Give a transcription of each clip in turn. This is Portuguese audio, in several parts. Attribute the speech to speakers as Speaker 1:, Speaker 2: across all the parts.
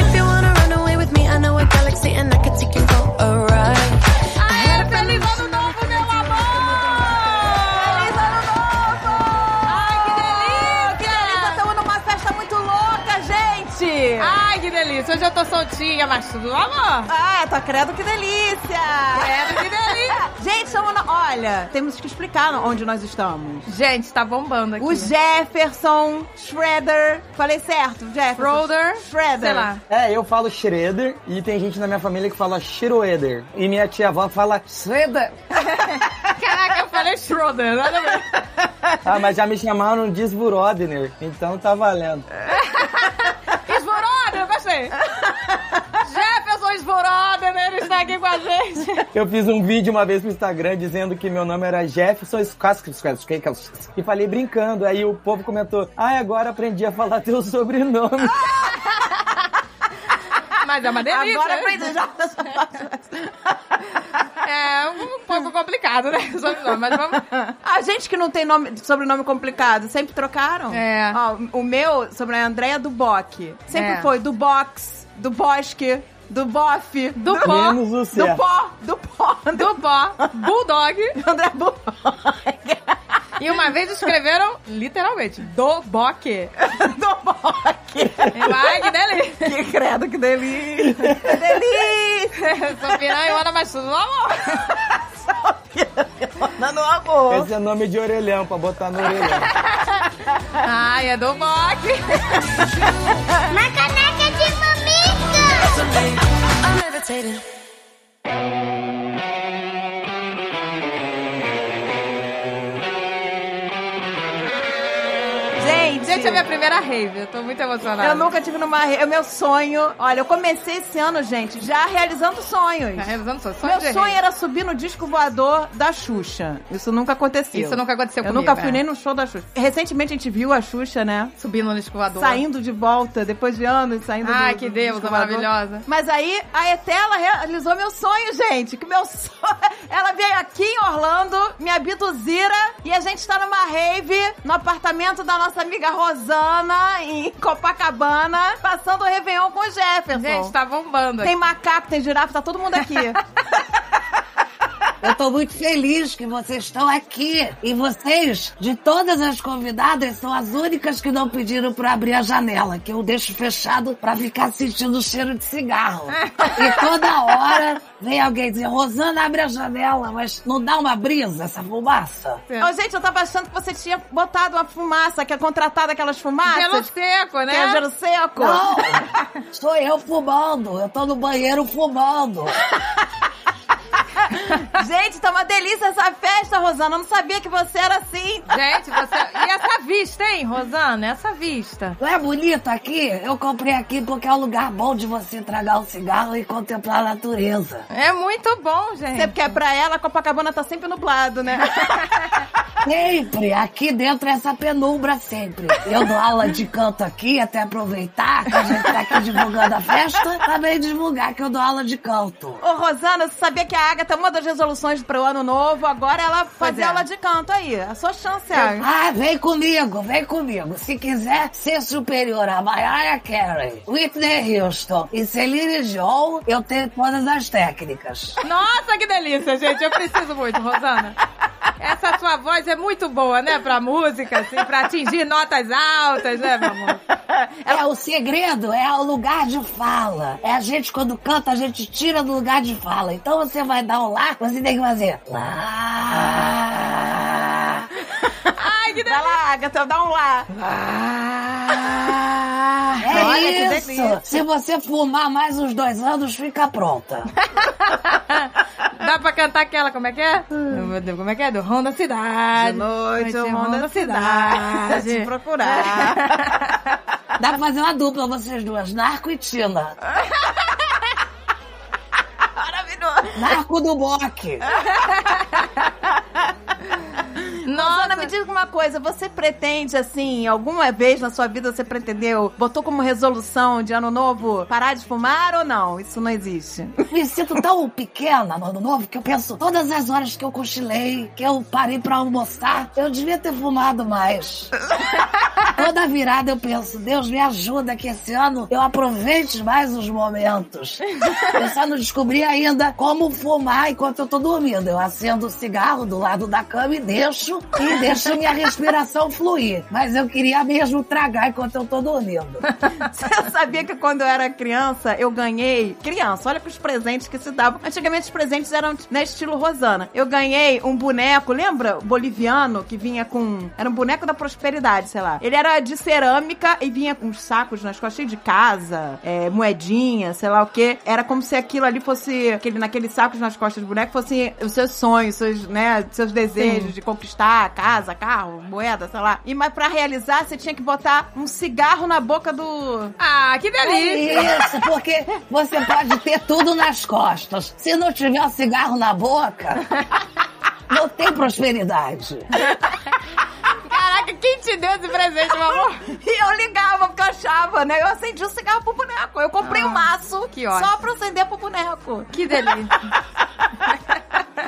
Speaker 1: tá
Speaker 2: Mari!
Speaker 1: Ai, que delícia. Hoje eu tô soltinha, mas tudo no amor.
Speaker 2: Ah, tô credo que delícia!
Speaker 1: Credo que delícia.
Speaker 2: Gente, estamos na... Olha, temos que explicar onde nós estamos.
Speaker 1: Gente, tá bombando aqui.
Speaker 2: O Jefferson Shredder. Falei certo, Jefferson.
Speaker 1: Schroeder.
Speaker 2: Shredder.
Speaker 1: Sei lá.
Speaker 3: É, eu falo Shredder e tem gente na minha família que fala Shiroeder. E minha tia-avó fala Shredder.
Speaker 1: Caraca, eu falei Schroeder. Nada a ver.
Speaker 3: Ah, mas já me chamaram de Svurodner, então tá valendo.
Speaker 1: Svoroda, eu gostei. Jefferson Svoroda, né? Ele está aqui com a gente.
Speaker 3: Eu fiz um vídeo uma vez pro Instagram dizendo que meu nome era Jefferson Skaskas é e falei brincando. Aí o povo comentou, ah, agora aprendi a falar teu sobrenome.
Speaker 1: Mas é uma delícia.
Speaker 2: Agora aprendi já.
Speaker 1: É um pouco complicado, né? Só que não, mas vamos...
Speaker 2: A gente que não tem nome, sobrenome complicado, sempre trocaram?
Speaker 1: É.
Speaker 2: Ó, o meu sobrenome é Andréia Duboc. Sempre
Speaker 1: É.
Speaker 2: foi do box, do bosque, do bofe, do, pó,
Speaker 3: Menos o
Speaker 2: do
Speaker 3: certo.
Speaker 2: pó, do pó, do
Speaker 1: Do Bó, Bulldog.
Speaker 2: André Buboc.
Speaker 1: E uma vez escreveram, literalmente, do boque.
Speaker 2: do boque.
Speaker 1: Ai, que delícia.
Speaker 2: Que credo, que delícia. Que delícia.
Speaker 1: Sou piranha, mas tudo no amor.
Speaker 2: Dando amor.
Speaker 3: Esse é nome de orelhão, pra botar no orelhão.
Speaker 1: Ai, é do boque.
Speaker 4: Uma caneca de mamica!
Speaker 5: I'm levitating.
Speaker 2: Gente,
Speaker 1: Gente, é a minha primeira rave. Eu tô muito emocionada.
Speaker 2: Eu nunca tive numa. re- O meu sonho. Olha, eu comecei esse ano, gente, já realizando sonhos.
Speaker 1: Tá realizando seu sonho
Speaker 2: Meu
Speaker 1: de
Speaker 2: sonho é
Speaker 1: rave.
Speaker 2: era subir no disco voador da Xuxa. Isso nunca aconteceu.
Speaker 1: Isso nunca aconteceu
Speaker 2: Eu
Speaker 1: comigo,
Speaker 2: nunca fui
Speaker 1: é.
Speaker 2: nem no show da Xuxa. Recentemente a gente viu a Xuxa, né?
Speaker 1: Subindo no escovador.
Speaker 2: Saindo de volta, depois de anos, saindo
Speaker 1: Ai,
Speaker 2: do,
Speaker 1: que
Speaker 2: do
Speaker 1: deusa
Speaker 2: disco voador.
Speaker 1: maravilhosa.
Speaker 2: Mas aí a Etela realizou meu sonho, gente. Que meu sonho. Ela veio aqui em Orlando, me abduzira e a gente tá numa rave no apartamento da nossa amiga Rosana, em Copacabana, passando o Réveillon com o Jefferson.
Speaker 1: Gente, tá bombando aqui.
Speaker 2: Tem macaco, tem girafa, tá todo mundo aqui.
Speaker 6: Eu tô muito feliz que vocês estão aqui. E vocês, de todas as convidadas, são as únicas que não pediram pra abrir a janela, que eu deixo fechado pra ficar sentindo o cheiro de cigarro. E toda hora vem alguém dizer, Rosana, abre a janela, mas não dá uma brisa essa fumaça?
Speaker 2: Ô, gente, eu tava achando que você tinha botado uma fumaça, que é contratado aquelas fumaças.
Speaker 1: Gelo seco, né?
Speaker 2: que é gelo seco.
Speaker 6: Não! Sou eu fumando, eu tô no banheiro fumando.
Speaker 2: Gente, tá uma delícia essa festa, Rosana. Eu não sabia que você era assim.
Speaker 1: Gente, você... E essa vista, hein, Rosana? Essa vista.
Speaker 6: Não é bonito aqui? Eu comprei aqui porque é um lugar bom de você tragar um cigarro e contemplar a natureza.
Speaker 1: É muito bom, gente.
Speaker 2: Sempre que é pra ela, Copacabana tá sempre nublado, né?
Speaker 6: Sempre, aqui dentro é essa penumbra sempre. Eu dou aula de canto aqui, até aproveitar que a gente tá aqui divulgando a festa, também divulgar que eu dou aula de canto.
Speaker 2: Ô, Rosana, você sabia que a Agatha, é uma das resoluções pro ano novo, agora é ela fazer
Speaker 1: é.
Speaker 2: aula de canto aí. A sua chance, Agatha.
Speaker 6: Ah, vem comigo, vem comigo. Se quiser ser superior a Mariah Carey, Whitney Houston e Celine Dion, eu tenho todas as técnicas.
Speaker 1: Nossa, que delícia, gente. Eu preciso muito, Rosana. Essa sua voz é muito boa, né? Pra música, assim, pra atingir notas altas, né, meu amor?
Speaker 6: É, o segredo é o lugar de fala. É a gente, quando canta, a gente tira do lugar de fala. Então você vai dar um lá, você tem que fazer lá.
Speaker 1: Ai, que
Speaker 2: Vai
Speaker 1: delícia.
Speaker 2: lá, Agatha, dá um lá.
Speaker 6: lá. É
Speaker 2: Olha que delícia.
Speaker 6: isso. Se você fumar mais uns dois anos, fica pronta.
Speaker 1: Dá pra cantar aquela, como é que é? Meu Deus, Como é que é? Do Ron da Cidade.
Speaker 2: De noite,
Speaker 1: o
Speaker 2: o
Speaker 1: Ron
Speaker 2: mundo
Speaker 1: da
Speaker 2: da cidade.
Speaker 1: cidade.
Speaker 2: Te procurar.
Speaker 6: Dá pra fazer uma dupla, vocês duas, narco e Tina.
Speaker 2: Maravilhoso.
Speaker 6: Narco do boque.
Speaker 2: Rosana, me diga uma coisa. Você pretende, assim, alguma vez na sua vida você pretendeu, botou como resolução de ano novo, parar de fumar ou não? Isso não existe.
Speaker 6: Me sinto tão pequena no ano novo que eu penso todas as horas que eu cochilei, que eu parei pra almoçar, eu devia ter fumado mais. Toda virada eu penso, Deus me ajuda que esse ano eu aproveite mais os momentos. Eu só não descobri ainda como fumar enquanto eu tô dormindo. Eu acendo o cigarro do lado da cama e deixo, e deixo minha respiração fluir. Mas eu queria mesmo tragar enquanto eu tô dormindo.
Speaker 2: Você sabia que quando eu era criança, eu ganhei. Criança, olha pros presentes que se davam. Antigamente os presentes eram né, estilo Rosana. Eu ganhei um boneco, lembra? Boliviano, que vinha com. Era um boneco da prosperidade, sei lá. Ele era de cerâmica e vinha com uns sacos nas costas cheio de casa, é, moedinha, sei lá o quê. Era como se aquilo ali fosse. Aquele, naqueles sacos nas costas do boneco fosse os seus sonhos, seus, né, seus desejos de conquistar casa, carro, moeda, sei lá. E mas pra realizar, você tinha que botar um cigarro na boca do.
Speaker 1: Ah, que delícia!
Speaker 6: Isso, porque você pode ter tudo nas costas. Se não tiver um cigarro na boca, não tem prosperidade.
Speaker 1: Caraca, quem te deu esse presente, meu amor?
Speaker 2: E eu ligava, porque eu achava, né? Eu acendi o cigarro pro boneco. Eu comprei um maço
Speaker 1: Ah, que ótimo.
Speaker 2: só pra acender pro boneco.
Speaker 1: Que delícia.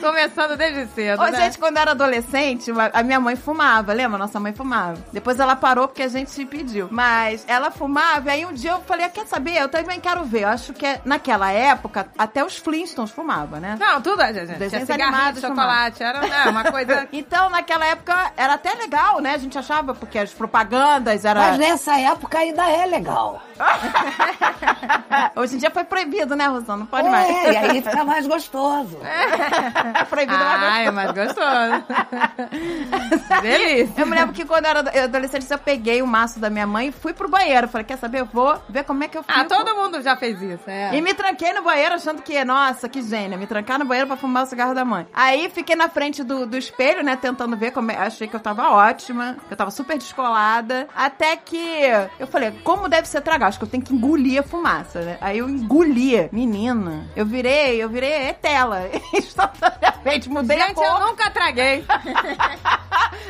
Speaker 1: Começando desde cedo,
Speaker 2: Ô,
Speaker 1: né?
Speaker 2: gente, quando eu era adolescente, uma- a minha mãe fumava, lembra? Nossa mãe fumava. Depois ela parou porque a gente pediu. Mas ela fumava, e aí um dia eu falei, ah, quer saber? Eu também quero ver. Eu acho que é- naquela época, até os Flintstones fumavam, né?
Speaker 1: Não, tudo, é, gente. Tinha
Speaker 2: Desenhos
Speaker 1: cigarrinho,
Speaker 2: animados,
Speaker 1: chocolate, era né, uma coisa...
Speaker 2: Então, naquela época, era até legal, né? A gente achava, porque as propagandas era.
Speaker 6: Mas nessa época ainda é legal.
Speaker 2: Hoje em dia foi proibido, né, Rosana? Não pode mais.
Speaker 6: É, e aí fica mais gostoso.
Speaker 2: É proibido, mas
Speaker 1: Ah, é
Speaker 2: gostoso.
Speaker 1: mais gostoso. delícia.
Speaker 2: Eu me lembro que quando eu era ado- adolescente, eu peguei o maço da minha mãe e fui pro banheiro. Falei, quer saber? Eu vou ver como é que eu fico.
Speaker 1: Ah, todo mundo já fez isso, é.
Speaker 2: E me tranquei no banheiro achando que, nossa, que gênia. Me trancar no banheiro pra fumar o cigarro da mãe. Aí fiquei na frente do, do espelho, né? Tentando ver como. é- Achei que eu tava ótima, que eu tava super descolada. Até que eu falei, como deve ser tragar? Acho que eu tenho que engolir a fumaça, né? Aí eu engolia. Menina, eu virei, eu virei etela. Instantaneamente, mudei a
Speaker 1: Gente,
Speaker 2: cor.
Speaker 1: eu nunca traguei.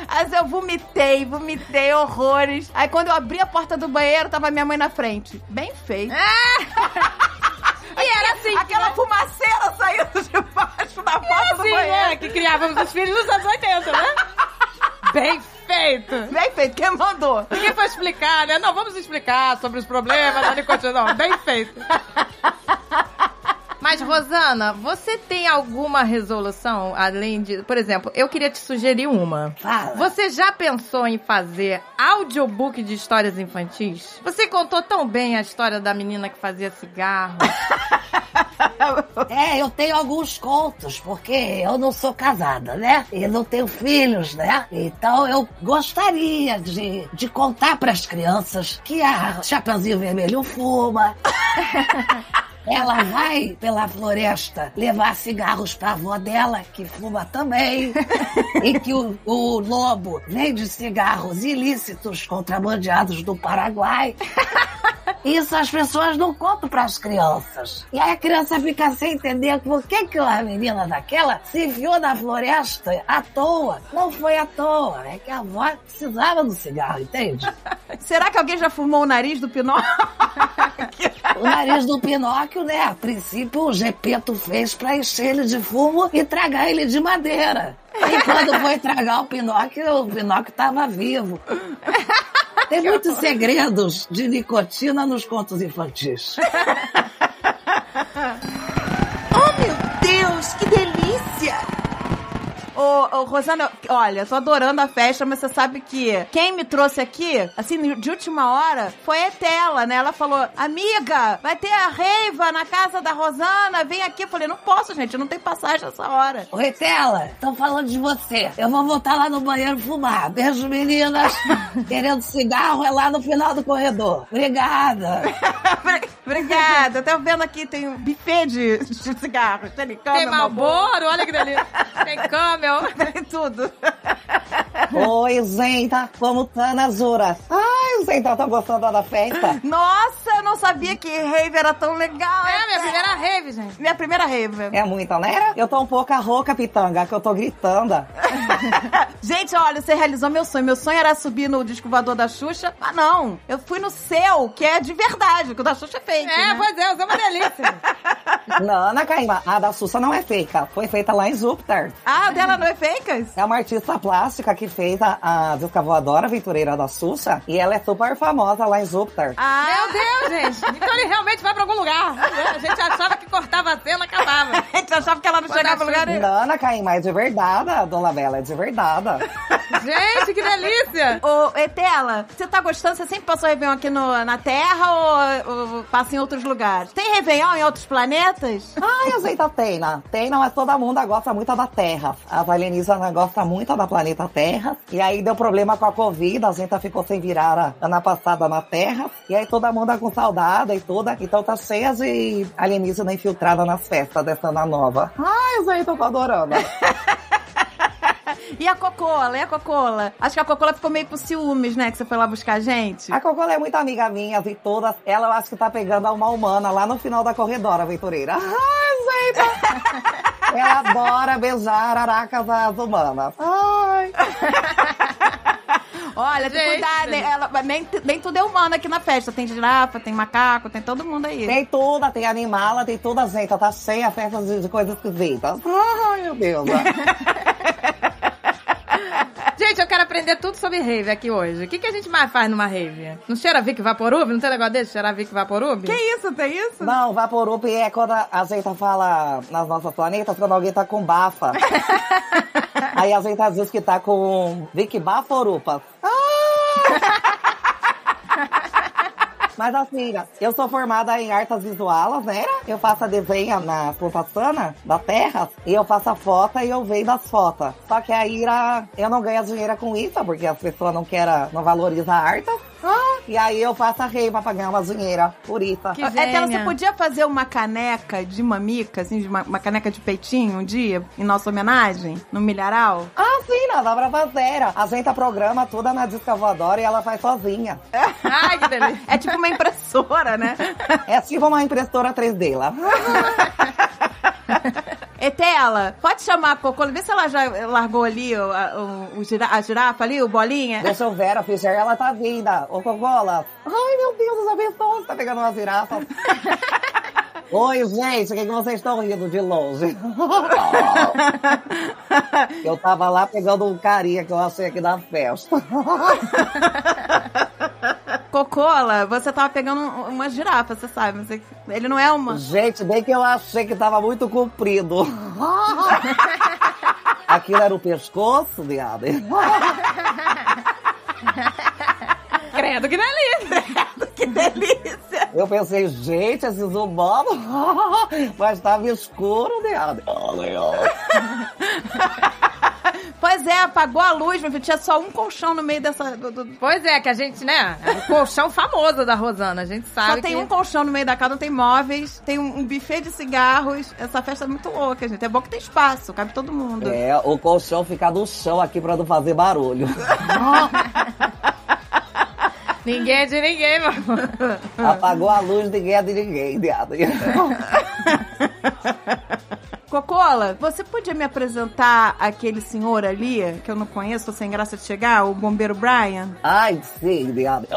Speaker 2: Mas eu vomitei, vomitei horrores. Aí quando eu abri a porta do banheiro, tava minha mãe na frente. Bem feito.
Speaker 1: E era assim.
Speaker 2: Aquela fumaceira saindo de baixo da porta do
Speaker 1: Sim, né?
Speaker 2: banheiro.
Speaker 1: Que criávamos os filhos nos anos 80, né? Bem feito.
Speaker 2: Bem feito, quem mandou?
Speaker 1: Ninguém foi explicar, né? Não, vamos explicar sobre os problemas da nicotina. Não, bem feito. Mas, Rosana, você tem alguma resolução além de. Por exemplo, eu queria te sugerir uma.
Speaker 6: Fala.
Speaker 1: Você já pensou em fazer audiobook de histórias infantis? Você contou tão bem a história da menina que fazia cigarro.
Speaker 6: É, eu tenho alguns contos, porque eu não sou casada, né? E não tenho filhos, né? Então eu gostaria de, de contar pras crianças que a Chapeuzinho Vermelho fuma. Ela vai pela floresta levar cigarros pra avó dela, que fuma também. e que o, o lobo vende cigarros ilícitos contrabandeados do Paraguai. Isso as pessoas não contam pras crianças. E aí a criança fica sem entender por que, que a menina daquela se enfiou na floresta à toa. Não foi à toa, é que a avó precisava do cigarro, entende?
Speaker 2: Será que alguém já fumou o nariz do Pinóquio?
Speaker 6: O nariz do Pinóquio, né? A princípio, o Gepeto fez pra encher ele de fumo e tragar ele de madeira. E quando foi tragar o Pinóquio, o Pinóquio tava vivo. Tem muitos segredos de nicotina nos contos infantis.
Speaker 2: Ô, ô, Rosana, eu- olha, eu tô adorando a festa, mas você sabe que quem me trouxe aqui, assim, de última hora, foi a Etela, né? Ela falou, amiga, vai ter a reiva na casa da Rosana, vem aqui. Eu falei, não posso, gente, eu não tenho passagem essa hora.
Speaker 6: Oi, Tela, estão falando de você. Eu vou voltar lá no banheiro fumar. Beijo, meninas. Querendo cigarro é lá no final do corredor. Obrigada.
Speaker 2: Obrigada. Até vendo aqui, tem um buffet de, de cigarros. Tem
Speaker 1: Tem
Speaker 2: câmera,
Speaker 1: Malboro, olha que delícia. Tem Camel.
Speaker 2: Tem tudo.
Speaker 6: Oi, Zenta, como tá na Zura? Ai, Você então tá gostando da festa?
Speaker 2: Nossa, eu não sabia que rave era tão legal.
Speaker 1: É a minha primeira rave, gente.
Speaker 2: Minha primeira rave.
Speaker 6: É muita, né? Eu tô um pouco rouca, pitanga, que eu tô gritando.
Speaker 2: Gente, olha, você realizou meu sonho. Meu sonho era subir no disco voador da Xuxa, mas não. Eu fui no seu, que é de verdade, que o da Xuxa é fake.
Speaker 1: É,
Speaker 2: né?
Speaker 1: pois é, usamos uma delícia.
Speaker 6: Não, Ana Caíba, a da Sussa não é fake. ela Foi feita lá em Júpiter.
Speaker 2: Ah, o dela não é fake?
Speaker 6: É uma artista plástica que fez a, a disca voadora aventureira da Sussa e ela é super famosa lá em Júpiter.
Speaker 2: Ah,
Speaker 1: Meu Deus, gente. Então ele realmente vai pra algum lugar. A gente achava que cortava a cena, acabava.
Speaker 2: a gente então achava que ela não
Speaker 1: Quando
Speaker 2: chegava
Speaker 1: a
Speaker 2: no lugar nenhum.
Speaker 6: Não, Ana Caíba, é de verdade, Dona Bela, é de verdade.
Speaker 1: Gente, que delícia.
Speaker 2: Ô, Etela, você tá gostando? Você sempre passou Réveillon aqui no- na Terra ou, ou passa em outros lugares? Tem Réveillon em outros planetas?
Speaker 6: Ai, eu sei da Atena. Atena, mas todo mundo gosta muito da Terra. As alienígenas gostam muito da planeta Terra. E aí deu problema com a Covid, a gente ficou sem virar a- ano passado na Terra. E aí todo mundo com saudade e tudo. Então tá cheia de alienígena infiltrada nas festas dessa Ana Nova. Ai, eu sei, tô adorando.
Speaker 2: E a Cocola? E a Cocola? Acho que a Cocola ficou meio com ciúmes, né? Que você foi lá buscar a gente.
Speaker 1: Ah,
Speaker 6: A Cocola é muito amiga minha, e todas. Ela eu acho que tá pegando uma humana lá no final da corredora, aventureira. Ai, gente! Ela adora beijar aracas as humanas. Ai!
Speaker 2: Olha, tem que
Speaker 1: Gente.
Speaker 2: cuidado. hein? Ela, nem, nem tudo é humano aqui na festa. Tem girafa, tem macaco, tem todo mundo aí.
Speaker 6: Tem toda, tem animala, tem toda gente. Tá cheia a festa de, de coisas esquisitas. Ai, meu Deus.
Speaker 1: Gente, eu quero aprender tudo sobre rave aqui hoje. O que, que a gente mais faz numa rave? Não cheira Vic Vaporub? Não tem negócio desse? Cheira Vic Vaporub?
Speaker 2: Que isso? Tem isso?
Speaker 6: Não, Vaporup é quando a gente fala nas nossas planetas quando alguém tá com bafa. Aí a gente diz que tá com Vic Baforupa. Mas assim, eu sou formada em artes visuais, né? Eu faço desenho na Pontassana, da Terra, e eu faço a foto e eu vendo as fotos. Só que aí a- eu não ganho dinheiro com isso, porque as pessoas não querem, não valorizam a arte. Ah! E aí eu faço a reima pra ganhar uma dinheiro por isso.
Speaker 1: Que
Speaker 2: Etela, você
Speaker 1: gênia.
Speaker 2: podia fazer uma caneca de mamica, assim, de uma, uma caneca de peitinho um dia, em nossa homenagem, no milharal?
Speaker 6: Ah, sim, na dobra fazer. A gente programa toda na disca voadora e ela faz sozinha.
Speaker 1: Ai, que delícia.
Speaker 2: É tipo uma impressora, né?
Speaker 6: É tipo uma impressora 3D lá.
Speaker 2: Etela, É pode chamar a Cocola, vê se ela já largou ali o, a, o- o gira- a girafa ali, o bolinha.
Speaker 6: Deixa eu ver, a Fischer, ela tá vinda. Ô, Cocola. Ai, meu Deus, essa pessoa tá pegando uma girafa. Oi, gente, o que, que vocês estão rindo de longe? eu tava lá pegando um carinha que eu achei aqui na festa.
Speaker 2: Cocola, você tava pegando um- uma girafa, você sabe. você- ele não é uma.
Speaker 6: Gente, bem que eu achei que tava muito comprido. Aquilo era o pescoço, viado.
Speaker 1: Credo, que delícia.
Speaker 2: Que delícia!
Speaker 6: Eu pensei, gente, esses humanos. Mas tava escuro, né? viado.
Speaker 2: Pois é, apagou a luz, meu filho. Tinha só um colchão no meio dessa. do- do-
Speaker 1: Pois é, que a gente, né? É o colchão famoso da Rosana. A gente sabe
Speaker 2: Só tem
Speaker 1: que...
Speaker 2: um colchão no meio da casa, não tem móveis, tem um, um buffet de cigarros. Essa festa é muito louca, gente. É bom que tem espaço, cabe todo mundo.
Speaker 6: É, o colchão fica no chão aqui pra não fazer barulho.
Speaker 1: Ninguém é de ninguém, meu amor.
Speaker 6: Apagou a luz, ninguém é de ninguém, viado.
Speaker 2: Cocola, você podia me apresentar aquele senhor ali, que eu não conheço, tô sem graça de chegar, o bombeiro Brian?
Speaker 6: Ai, sim, viado.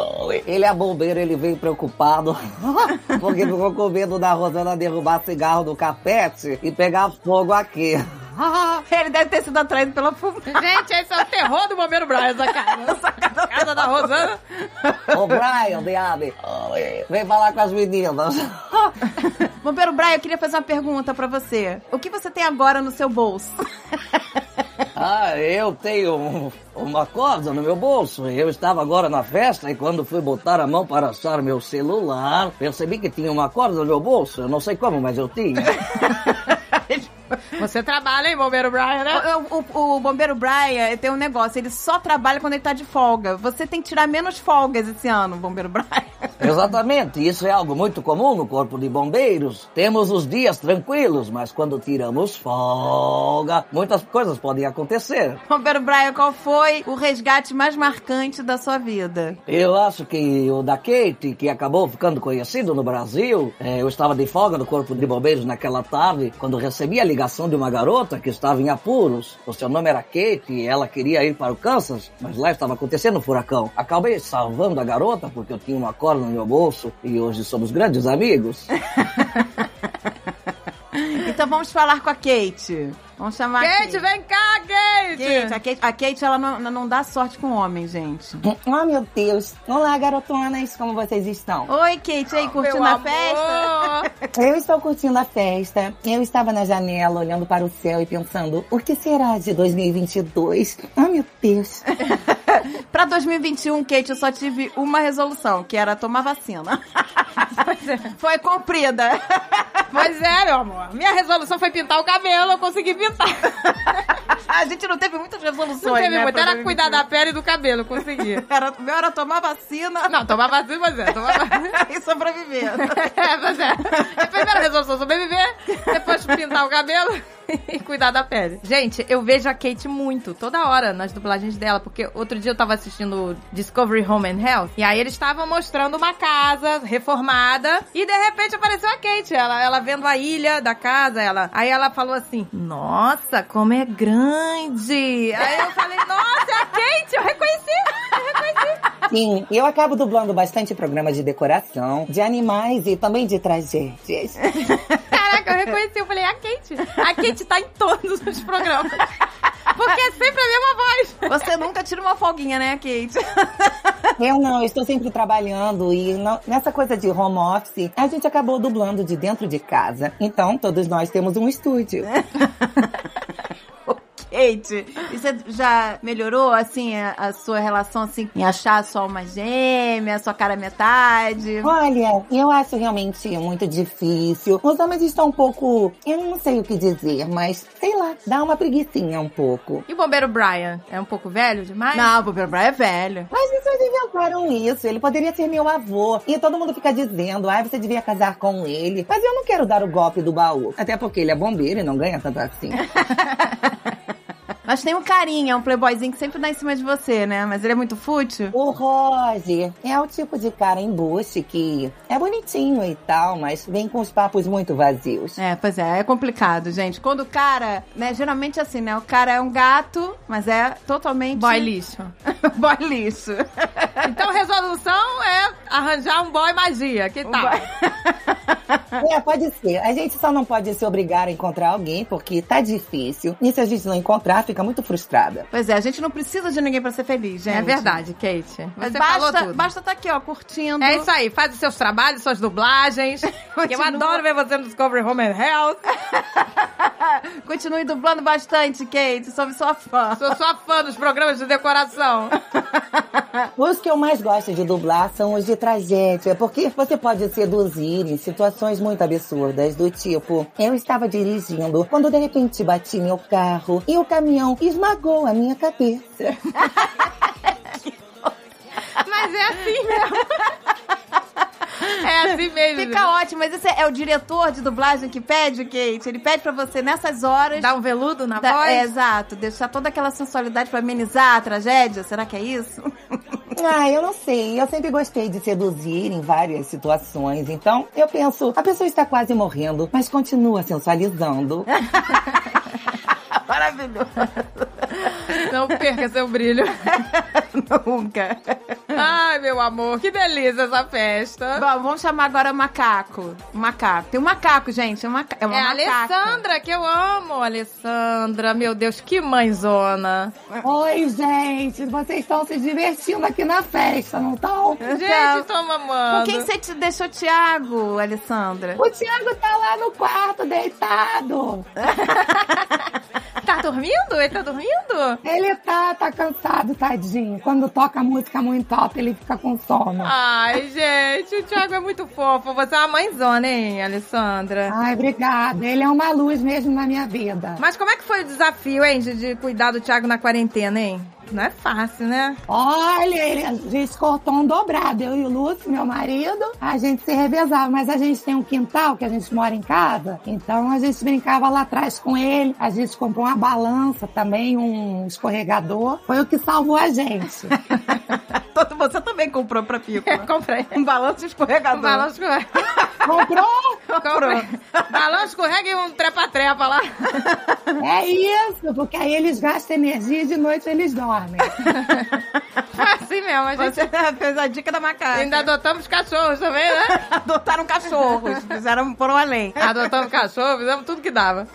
Speaker 6: Ele é bombeiro, ele veio preocupado. Porque ficou com medo da Rosana derrubar cigarro do capete e pegar fogo aqui.
Speaker 2: Ele deve ter sido atraído pela fumaça.
Speaker 1: Gente, esse é o terror do Bombeiro Brian, essa casa. casa da Rosana.
Speaker 6: Ô, Brian, viado. Vem falar com as meninas.
Speaker 2: Bombeiro Brian, eu queria fazer uma pergunta pra você. O que você tem agora no seu bolso?
Speaker 6: Ah, eu tenho um- uma corda no meu bolso. Eu estava agora na festa e quando fui botar a mão para achar meu celular, percebi que tinha uma corda no meu bolso. Eu não sei como, mas eu tinha.
Speaker 1: Você trabalha, hein, Bombeiro Brian, né?
Speaker 2: O, o- o bombeiro Brian ele tem um negócio, ele só trabalha quando ele tá de folga. Você tem que tirar menos folgas esse ano, bombeiro Brian.
Speaker 7: Exatamente, isso é algo muito comum no Corpo de Bombeiros. Temos os dias tranquilos, mas quando tiramos folga, muitas coisas podem acontecer.
Speaker 2: Bombeiro Brian, qual foi o resgate mais marcante da sua vida?
Speaker 7: Eu acho que o da Kate, que acabou ficando conhecido no Brasil, eh, eu estava de folga no Corpo de Bombeiros naquela tarde, quando recebi a ligação de uma garota que estava em apuros. O seu nome era Kate e ela queria ir para o Kansas, mas lá estava acontecendo um furacão. Acabei salvando a garota porque eu tinha uma corda no meu bolso e hoje somos grandes amigos.
Speaker 2: Então vamos falar com a Kate. Vamos chamar
Speaker 1: Kate,
Speaker 2: a
Speaker 1: vem cá, Kate!
Speaker 2: Kate, a Kate, a Kate, ela não, não dá sorte com homem, gente.
Speaker 8: Oh, meu Deus. Olá, garotonas, como vocês estão?
Speaker 2: Oi, Kate, aí, curtindo
Speaker 1: Ah, Meu
Speaker 2: a
Speaker 1: amor.
Speaker 2: festa?
Speaker 8: Eu estou curtindo a festa. Eu estava na janela olhando para o céu e pensando: o que será de 2022? Oh, meu Deus.
Speaker 2: Pra 2021, Kate, eu só tive uma resolução, que era tomar vacina.
Speaker 1: é.
Speaker 2: Foi cumprida.
Speaker 1: Pois é, meu amor. Minha resolução foi pintar o cabelo, eu consegui pintar.
Speaker 2: A gente não teve muitas resoluções,
Speaker 1: Não teve
Speaker 2: né,
Speaker 1: muito.
Speaker 2: pra
Speaker 1: Era
Speaker 2: 2021.
Speaker 1: cuidar da pele e do cabelo, consegui.
Speaker 2: Era, o meu era tomar vacina
Speaker 1: Não, tomar vacina, pois é, tomar vacina.
Speaker 2: e sobreviver.
Speaker 1: É, pois é. A primeira resolução, sobreviver, depois pintar o cabelo e cuidar da pele. Gente, eu vejo a Kate muito, toda hora, nas dublagens dela, porque outro dia eu tava assistindo Discovery Home and Health, e aí eles estavam mostrando uma casa reformada, e de repente apareceu a Kate, ela, ela vendo a ilha da casa, ela, aí ela falou assim, nossa, como é grande! Aí eu falei, nossa, é a Kate, eu reconheci!
Speaker 8: Sim, eu acabo dublando bastante programas de decoração, de animais e também de tragédias.
Speaker 1: Caraca, eu reconheci. Eu falei, a Kate. A Kate tá em todos os programas. Porque é sempre a mesma voz.
Speaker 2: Você nunca tira uma folguinha, né, Kate?
Speaker 8: Eu não, eu estou sempre trabalhando e não- nessa coisa de home office, a gente acabou dublando de dentro de casa. Então, todos nós temos um estúdio.
Speaker 2: Kate, e você já melhorou, assim, a, a sua relação, assim, em achar a sua alma gêmea, a sua cara metade?
Speaker 8: Olha, eu acho realmente muito difícil. Os homens estão um pouco. Eu não sei o que dizer, mas sei lá, dá uma preguiçinha um pouco.
Speaker 1: E o bombeiro Brian? É um pouco velho demais?
Speaker 2: Não, o Bobby Brown é velho.
Speaker 8: As pessoas inventaram isso. Ele poderia ser meu avô. E todo mundo fica dizendo, ah, você devia casar com ele. Mas eu não quero dar o golpe do baú. Até porque ele é bombeiro e não ganha tanto assim.
Speaker 2: Mas tem um carinha, um playboyzinho que sempre dá em cima de você, né? Mas ele é muito fútil.
Speaker 8: O Roger é o tipo de cara embuste que é bonitinho e tal, mas vem com os papos muito vazios.
Speaker 2: É, pois é, é complicado, gente. Quando o cara, né, geralmente assim, né? O cara é um gato, mas é totalmente.
Speaker 1: Boy lixo.
Speaker 2: boy lixo.
Speaker 1: Então, resolução é arranjar um boy magia. Que tal?
Speaker 8: É, pode ser. A gente só não pode se obrigar a encontrar alguém porque tá difícil. E se a gente não encontrar, fica muito frustrada.
Speaker 2: Pois é, a gente não precisa de ninguém pra ser feliz, gente.
Speaker 1: É verdade, Kate. Você
Speaker 2: Mas
Speaker 1: falou
Speaker 2: basta,
Speaker 1: tudo.
Speaker 2: basta tá aqui, ó, curtindo.
Speaker 1: É isso aí, faz os seus trabalhos, suas dublagens. Eu
Speaker 2: Continua.
Speaker 1: adoro ver você no Discovery Home and Health.
Speaker 2: Continue dublando bastante, Kate. Soube sua fã.
Speaker 1: Sou sua fã dos programas de decoração.
Speaker 8: Os que eu mais gosto de dublar são os de tragédia, porque você pode seduzir em situações muito absurdas, do tipo, eu estava dirigindo quando de repente bati meu carro e o caminhão esmagou a minha cabeça.
Speaker 1: Mas é assim mesmo. É assim mesmo.
Speaker 2: Fica ótimo, mas esse é o diretor de dublagem que pede, Kate. Ele pede pra você nessas horas.
Speaker 1: Dá um veludo na
Speaker 2: da-
Speaker 1: voz.
Speaker 2: é, exato, deixar toda aquela sensualidade pra amenizar a tragédia. Será que é isso?
Speaker 8: Ah, eu não sei. Eu sempre gostei de seduzir em várias situações. Então, eu penso, a pessoa está quase morrendo, mas continua sensualizando.
Speaker 2: Maravilhoso.
Speaker 1: Não perca seu brilho.
Speaker 2: Nunca.
Speaker 1: Ai, meu amor, que delícia essa festa.
Speaker 2: Bom, vamos chamar agora o macaco. O macaco. Tem um macaco, gente. É, um maca... é uma
Speaker 1: É a
Speaker 2: macaca.
Speaker 1: Alessandra, que eu amo, Alessandra. Meu Deus, que mãezona.
Speaker 9: Oi, gente. Vocês estão se divertindo aqui na festa, não estão?
Speaker 2: Então,
Speaker 1: Gente, tô
Speaker 2: Com
Speaker 1: mamando.
Speaker 2: quem você te deixou, Thiago, Alessandra?
Speaker 9: O Thiago tá lá no quarto, deitado.
Speaker 1: Tá dormindo? Ele tá dormindo?
Speaker 9: Ele tá, tá cansado, tadinho. Quando toca música muito alta, ele fica com sono.
Speaker 1: Ai, gente, o Thiago é muito fofo. Você é uma mãezona, hein, Alessandra?
Speaker 9: Ai, obrigada. Ele é uma luz mesmo na minha vida.
Speaker 2: Ah.
Speaker 1: Mas como é que foi o desafio, hein, de, de cuidar do Thiago na quarentena, hein? Não é fácil, né?
Speaker 8: Olha, ele- a gente cortou um dobrado. Eu e o Lúcio, meu marido, a gente se revezava. Mas a gente tem um quintal que a gente mora em casa. Então a gente brincava lá atrás com ele. A gente comprou uma balança também, um escorregador. Foi o que salvou a gente.
Speaker 2: Todo- Você também comprou pra Pico.
Speaker 1: Eu comprei.
Speaker 2: Um balanço de escorregador.
Speaker 1: Um balão escorrega.
Speaker 8: Comprou?
Speaker 1: Comprei. balão escorrega e um trepa-trepa lá.
Speaker 8: É isso, porque aí eles gastam energia e de noite eles dormem.
Speaker 1: Foi assim mesmo, a gente
Speaker 2: Você fez a dica da macaca.
Speaker 1: ainda adotamos cachorros também, né?
Speaker 2: adotaram cachorros. Fizeram, foram além.
Speaker 1: Adotamos cachorro, fizemos tudo que dava.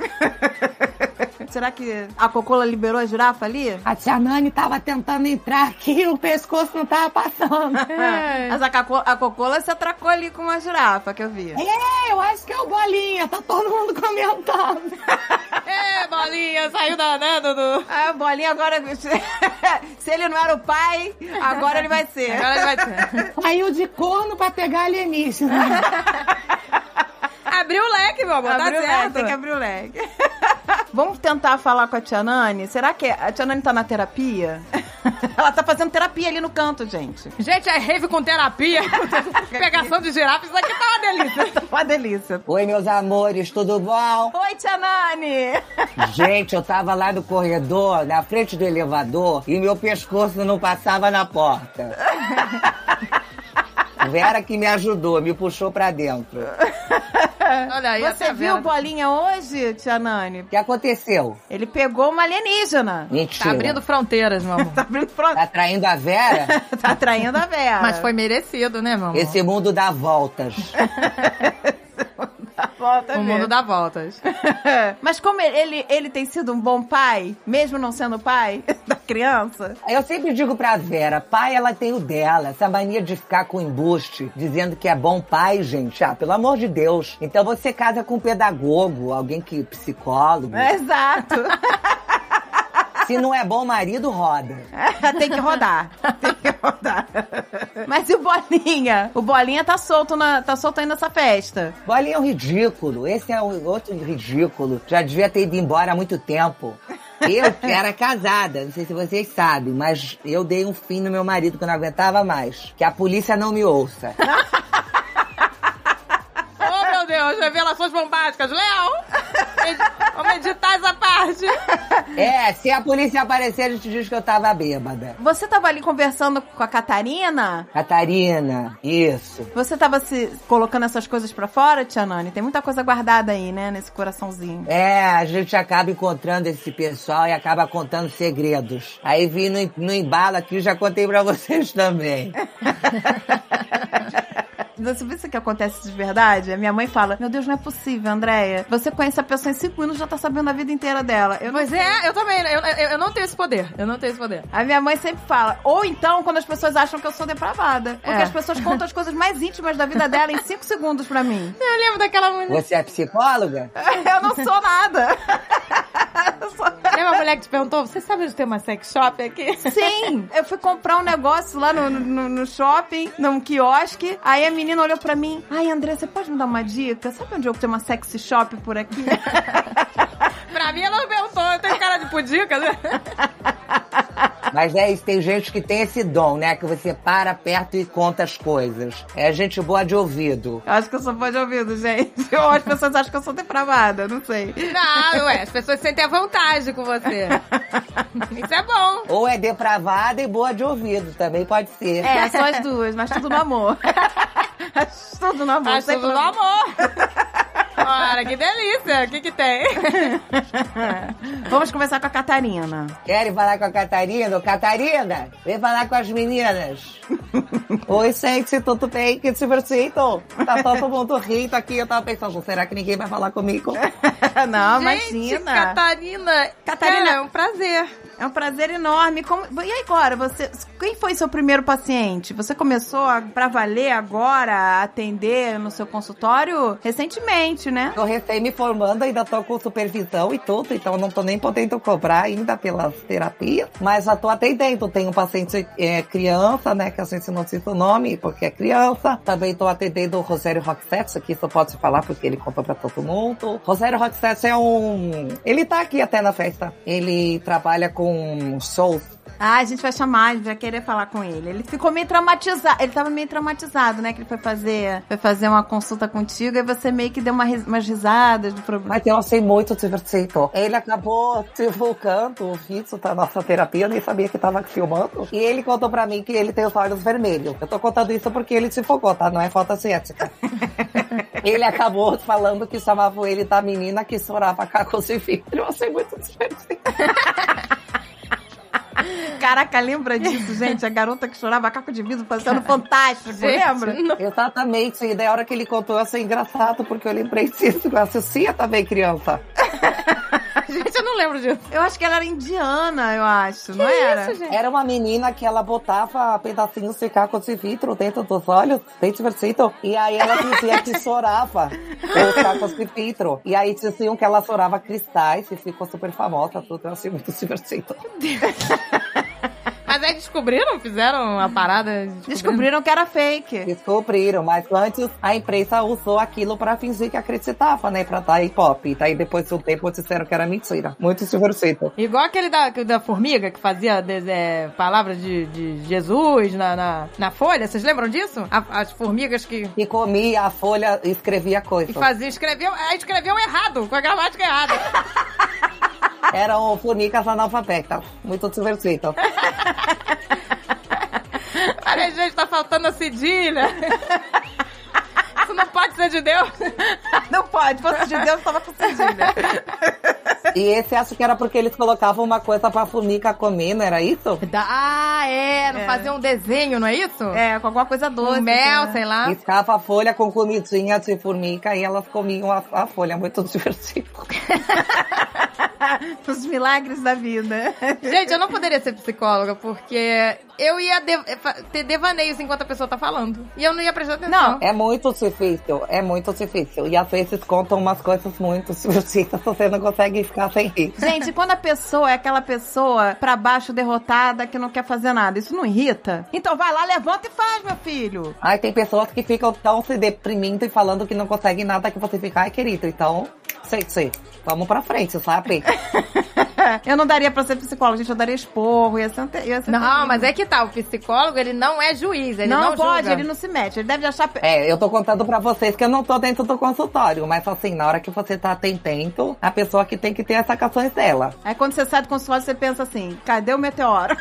Speaker 2: Será que a Cocola liberou a girafa
Speaker 1: É.
Speaker 2: ali?
Speaker 8: A tia Nani tava tentando entrar aqui e o pescoço não tava passando.
Speaker 1: É.
Speaker 2: Ah, Mas a, Caco- a Cocola se atracou ali com uma girafa que eu vi.
Speaker 8: É, eu acho que é o Bolinha, tá todo mundo comentando.
Speaker 1: Ê, É, bolinha, saiu danando do...
Speaker 2: A Ah, bolinha agora. se ele não era o pai, agora ele vai ser.
Speaker 1: Agora ele vai ter.
Speaker 8: Saiu de corno pra pegar alienígena.
Speaker 1: Abriu o leque, meu amor,
Speaker 2: Abriu
Speaker 1: tá
Speaker 2: o leque,
Speaker 1: certo.
Speaker 2: tem que abrir o leque. Vamos tentar falar com a Tia Nani? Será que a Tia Nani tá na terapia? Ela tá fazendo terapia ali no canto, gente.
Speaker 1: Gente, é rave com terapia, pegação de girafa, isso aqui tá uma delícia.
Speaker 2: Uma delícia.
Speaker 6: Oi, meus amores, tudo bom?
Speaker 2: Oi, Tia Nani!
Speaker 6: Gente, eu tava lá no corredor, na frente do elevador, e meu pescoço não passava na porta. Vera que me ajudou, me puxou pra dentro.
Speaker 1: Olha aí, tá até
Speaker 2: Você
Speaker 1: a
Speaker 2: viu
Speaker 1: Vera.
Speaker 2: Bolinha hoje, Tia Nani?
Speaker 6: O que aconteceu?
Speaker 2: Ele pegou uma alienígena.
Speaker 6: Mentira.
Speaker 1: Tá abrindo fronteiras, meu amor.
Speaker 2: Tá abrindo pronto.
Speaker 6: Tá traindo a Vera?
Speaker 2: Tá atraindo a Vera.
Speaker 1: Mas foi merecido, né, meu amor?
Speaker 6: Esse mundo dá voltas.
Speaker 2: Volta
Speaker 1: O mundo dá voltas.
Speaker 2: Mas como ele, ele, ele tem sido um bom pai, mesmo não sendo pai da criança,
Speaker 6: Eu sempre digo pra Vera, pai ela tem o dela, essa mania de ficar com embuste, dizendo que é bom pai, gente. Ah, pelo amor de Deus. Então você casa com um pedagogo, alguém que psicólogo.
Speaker 2: é exato.
Speaker 6: Se não é bom marido, roda.
Speaker 2: tem que rodar. Tem que rodar. Mas e o Bolinha? O Bolinha tá solto, na, tá solto aí nessa festa.
Speaker 6: Bolinha é um ridículo. Esse é um outro ridículo. Já devia ter ido embora há muito tempo. Eu era casada, não sei se vocês sabem, mas eu dei um fim no meu marido que eu não aguentava mais. Que a polícia não me ouça.
Speaker 1: Oh, meu Deus, revelações bombásticas. Léo, ed- vamos editar essa parte.
Speaker 6: É, se a polícia aparecer, a gente diz que eu tava bêbada.
Speaker 2: Você tava ali conversando com a Catarina?
Speaker 6: Catarina, isso.
Speaker 2: Você tava se colocando essas coisas pra fora, Tia Nani? Tem muita coisa guardada aí, né? Nesse coraçãozinho.
Speaker 6: É, a gente acaba encontrando esse pessoal e acaba contando segredos. Aí vim no, no embalo aqui e já contei pra vocês também.
Speaker 2: Você vê isso que acontece de verdade? A minha mãe fala: Meu Deus, não é possível, Andréia. Você conhece a pessoa em cinco minutos e já tá sabendo a vida inteira dela. Eu não
Speaker 1: Mas é, eu também, eu, eu, eu não tenho esse poder. Eu não tenho esse poder.
Speaker 2: A minha mãe sempre fala, ou então quando as pessoas acham que eu sou depravada. Porque
Speaker 1: É.
Speaker 2: as pessoas contam as coisas mais íntimas da vida dela em cinco segundos pra mim.
Speaker 1: Eu lembro daquela mulher.
Speaker 6: Você é psicóloga?
Speaker 2: Eu não sou nada. Eu sou-
Speaker 1: Lembra a mulher que te perguntou, você sabe onde tem uma sex shop aqui?
Speaker 2: Sim, eu fui comprar um negócio lá no, no, no shopping, num quiosque. Aí a menina olhou pra mim: Ai, André, você pode me dar uma dica? Sabe onde eu tenho uma sexy shop por aqui?
Speaker 1: pra mim, ela não perguntou. Eu tenho cara de pudica, né?
Speaker 6: Mas é isso, tem gente que tem esse dom, né? Que você para perto e conta as coisas. É gente boa de ouvido.
Speaker 2: Eu acho que eu sou boa de ouvido, gente. Ou as pessoas acham que eu sou depravada, não sei.
Speaker 1: Não, ué, as pessoas sentem a vontade com você. Isso é bom.
Speaker 6: Ou é depravada e boa de ouvido, também pode ser.
Speaker 2: É, só as duas, mas tudo no amor. tudo no amor.
Speaker 1: Mas
Speaker 2: sempre
Speaker 1: tudo no amor. Ora, que delícia. O que que tem?
Speaker 2: É. Vamos conversar com a Catarina.
Speaker 6: Querem falar com a Catarina? Ô, Catarina, vem falar com as meninas. Oi, gente, tudo bem? Que divertido. Tá todo mundo rindo aqui. Eu tava pensando, será que ninguém vai falar comigo?
Speaker 2: Não,
Speaker 1: Gente,
Speaker 2: imagina.
Speaker 1: Catarina.
Speaker 2: Catarina-
Speaker 1: Cara, é um prazer.
Speaker 2: É um prazer enorme. Como- E agora, você. Quem foi seu primeiro paciente? Você começou a, pra valer agora a atender no seu consultório recentemente, né?
Speaker 6: Eu recém me formando, ainda tô com supervisão e tudo, então não tô nem podendo cobrar ainda pelas terapias, mas já tô atendendo. Tem um paciente é, criança, né, que a gente não cita o nome porque é criança. Também tô atendendo o Rogério Roxette, que só posso falar porque ele conta pra todo mundo. Rogério Roxette é um... ele tá aqui até na festa. Ele trabalha com shows
Speaker 2: Ah, a gente vai chamar, a gente vai querer falar com ele. Ele ficou meio traumatizado. Ele tava meio traumatizado, né? Que ele foi fazer, foi fazer uma consulta contigo e você meio que deu uma ris- umas risadas do problema.
Speaker 8: Mas eu sei muito de preconceito.
Speaker 6: tipo, Ele acabou divulgando o vídeo da nossa terapia, eu nem sabia que tava filmando. E ele contou pra mim que ele tem os olhos vermelhos. Eu tô contando isso porque ele se focou, tá? Não é falta ciética. ele acabou falando que chamavam ele da menina que chorava cacos de filho. Eu sei muito disso.
Speaker 2: Caraca, lembra disso, gente? A garota que chorava caco de vidro passando fantástico, lembra?
Speaker 6: Exatamente. E daí a hora que ele contou, eu achei engraçado, porque eu lembrei disso. Eu associa também, criança.
Speaker 1: Gente, eu não lembro disso.
Speaker 2: Eu acho que ela era indiana, eu acho, não era?
Speaker 6: Era uma menina que ela botava pedacinhos de caco de vidro dentro dos olhos, bem divertido. E aí ela dizia que chorava os cacos de vidro. E aí diziam que ela chorava cristais e ficou super famosa, tudo. Eu achei muito divertido.
Speaker 1: Mas aí descobriram? Fizeram a parada?
Speaker 2: Descobriram que era fake.
Speaker 6: Descobriram, mas antes a imprensa usou aquilo pra fingir que acreditava, né? Pra dar hip-hop. Daí depois de um tempo disseram que era mentira. Muito divertido.
Speaker 1: Igual aquele da, da formiga que fazia des- é, palavras de, de Jesus na, na, na folha. Vocês lembram disso? A- as formigas que,
Speaker 6: E comia a folha e escrevia
Speaker 1: que
Speaker 6: coisas.
Speaker 1: faziam, escreviam, é, escreviam errado, com a gramática errada.
Speaker 6: Eram fornicas analfabetas. Muito divertido.
Speaker 1: Olha, gente, tá faltando a cedilha. Isso não pode ser de Deus.
Speaker 2: Ah, Não pode, fosse de Deus, tava com cedilha.
Speaker 6: E esse acho que era porque eles colocavam uma coisa pra formica comer, não era isso?
Speaker 1: Ah, é, não fazer um desenho, não é isso?
Speaker 2: É, com alguma coisa doce.
Speaker 1: Um mel,
Speaker 2: assim, né?
Speaker 1: sei lá.
Speaker 6: Riscava a folha com comidinha de formica e elas comiam a, a folha, muito divertido.
Speaker 2: Os milagres da vida.
Speaker 1: Gente, eu não poderia ser psicóloga, porque eu ia de- eh, fa- ter devaneios enquanto a pessoa tá falando. E eu não ia prestar atenção.
Speaker 6: É muito difícil, é muito difícil. E às vezes contam umas coisas muito divertidas, você não consegue ficar sem rir.
Speaker 2: Gente, quando a pessoa é aquela pessoa pra baixo, derrotada, que não quer fazer nada, isso não irrita? Então vai lá, levanta e faz, meu filho.
Speaker 6: Ai, tem pessoas que ficam tão se deprimindo e falando que não conseguem nada que você fica, ai querido, então, sei, sei. Vamos pra frente, sabe?
Speaker 2: Eu não daria pra ser psicóloga, gente, eu daria esporro, ia ser... Ia ser
Speaker 1: Não, mas é que tá, o psicólogo, ele não é juiz, ele não,
Speaker 2: não, pode,
Speaker 1: julga.
Speaker 2: ele não se mete, ele deve achar... pe-
Speaker 6: É, eu tô contando pra vocês que eu não tô dentro do consultório, mas assim, na hora que você tá atendendo, a pessoa que tem que ter as sacações dela.
Speaker 2: Aí quando você sai do consultório, você pensa assim, cadê o meteoro?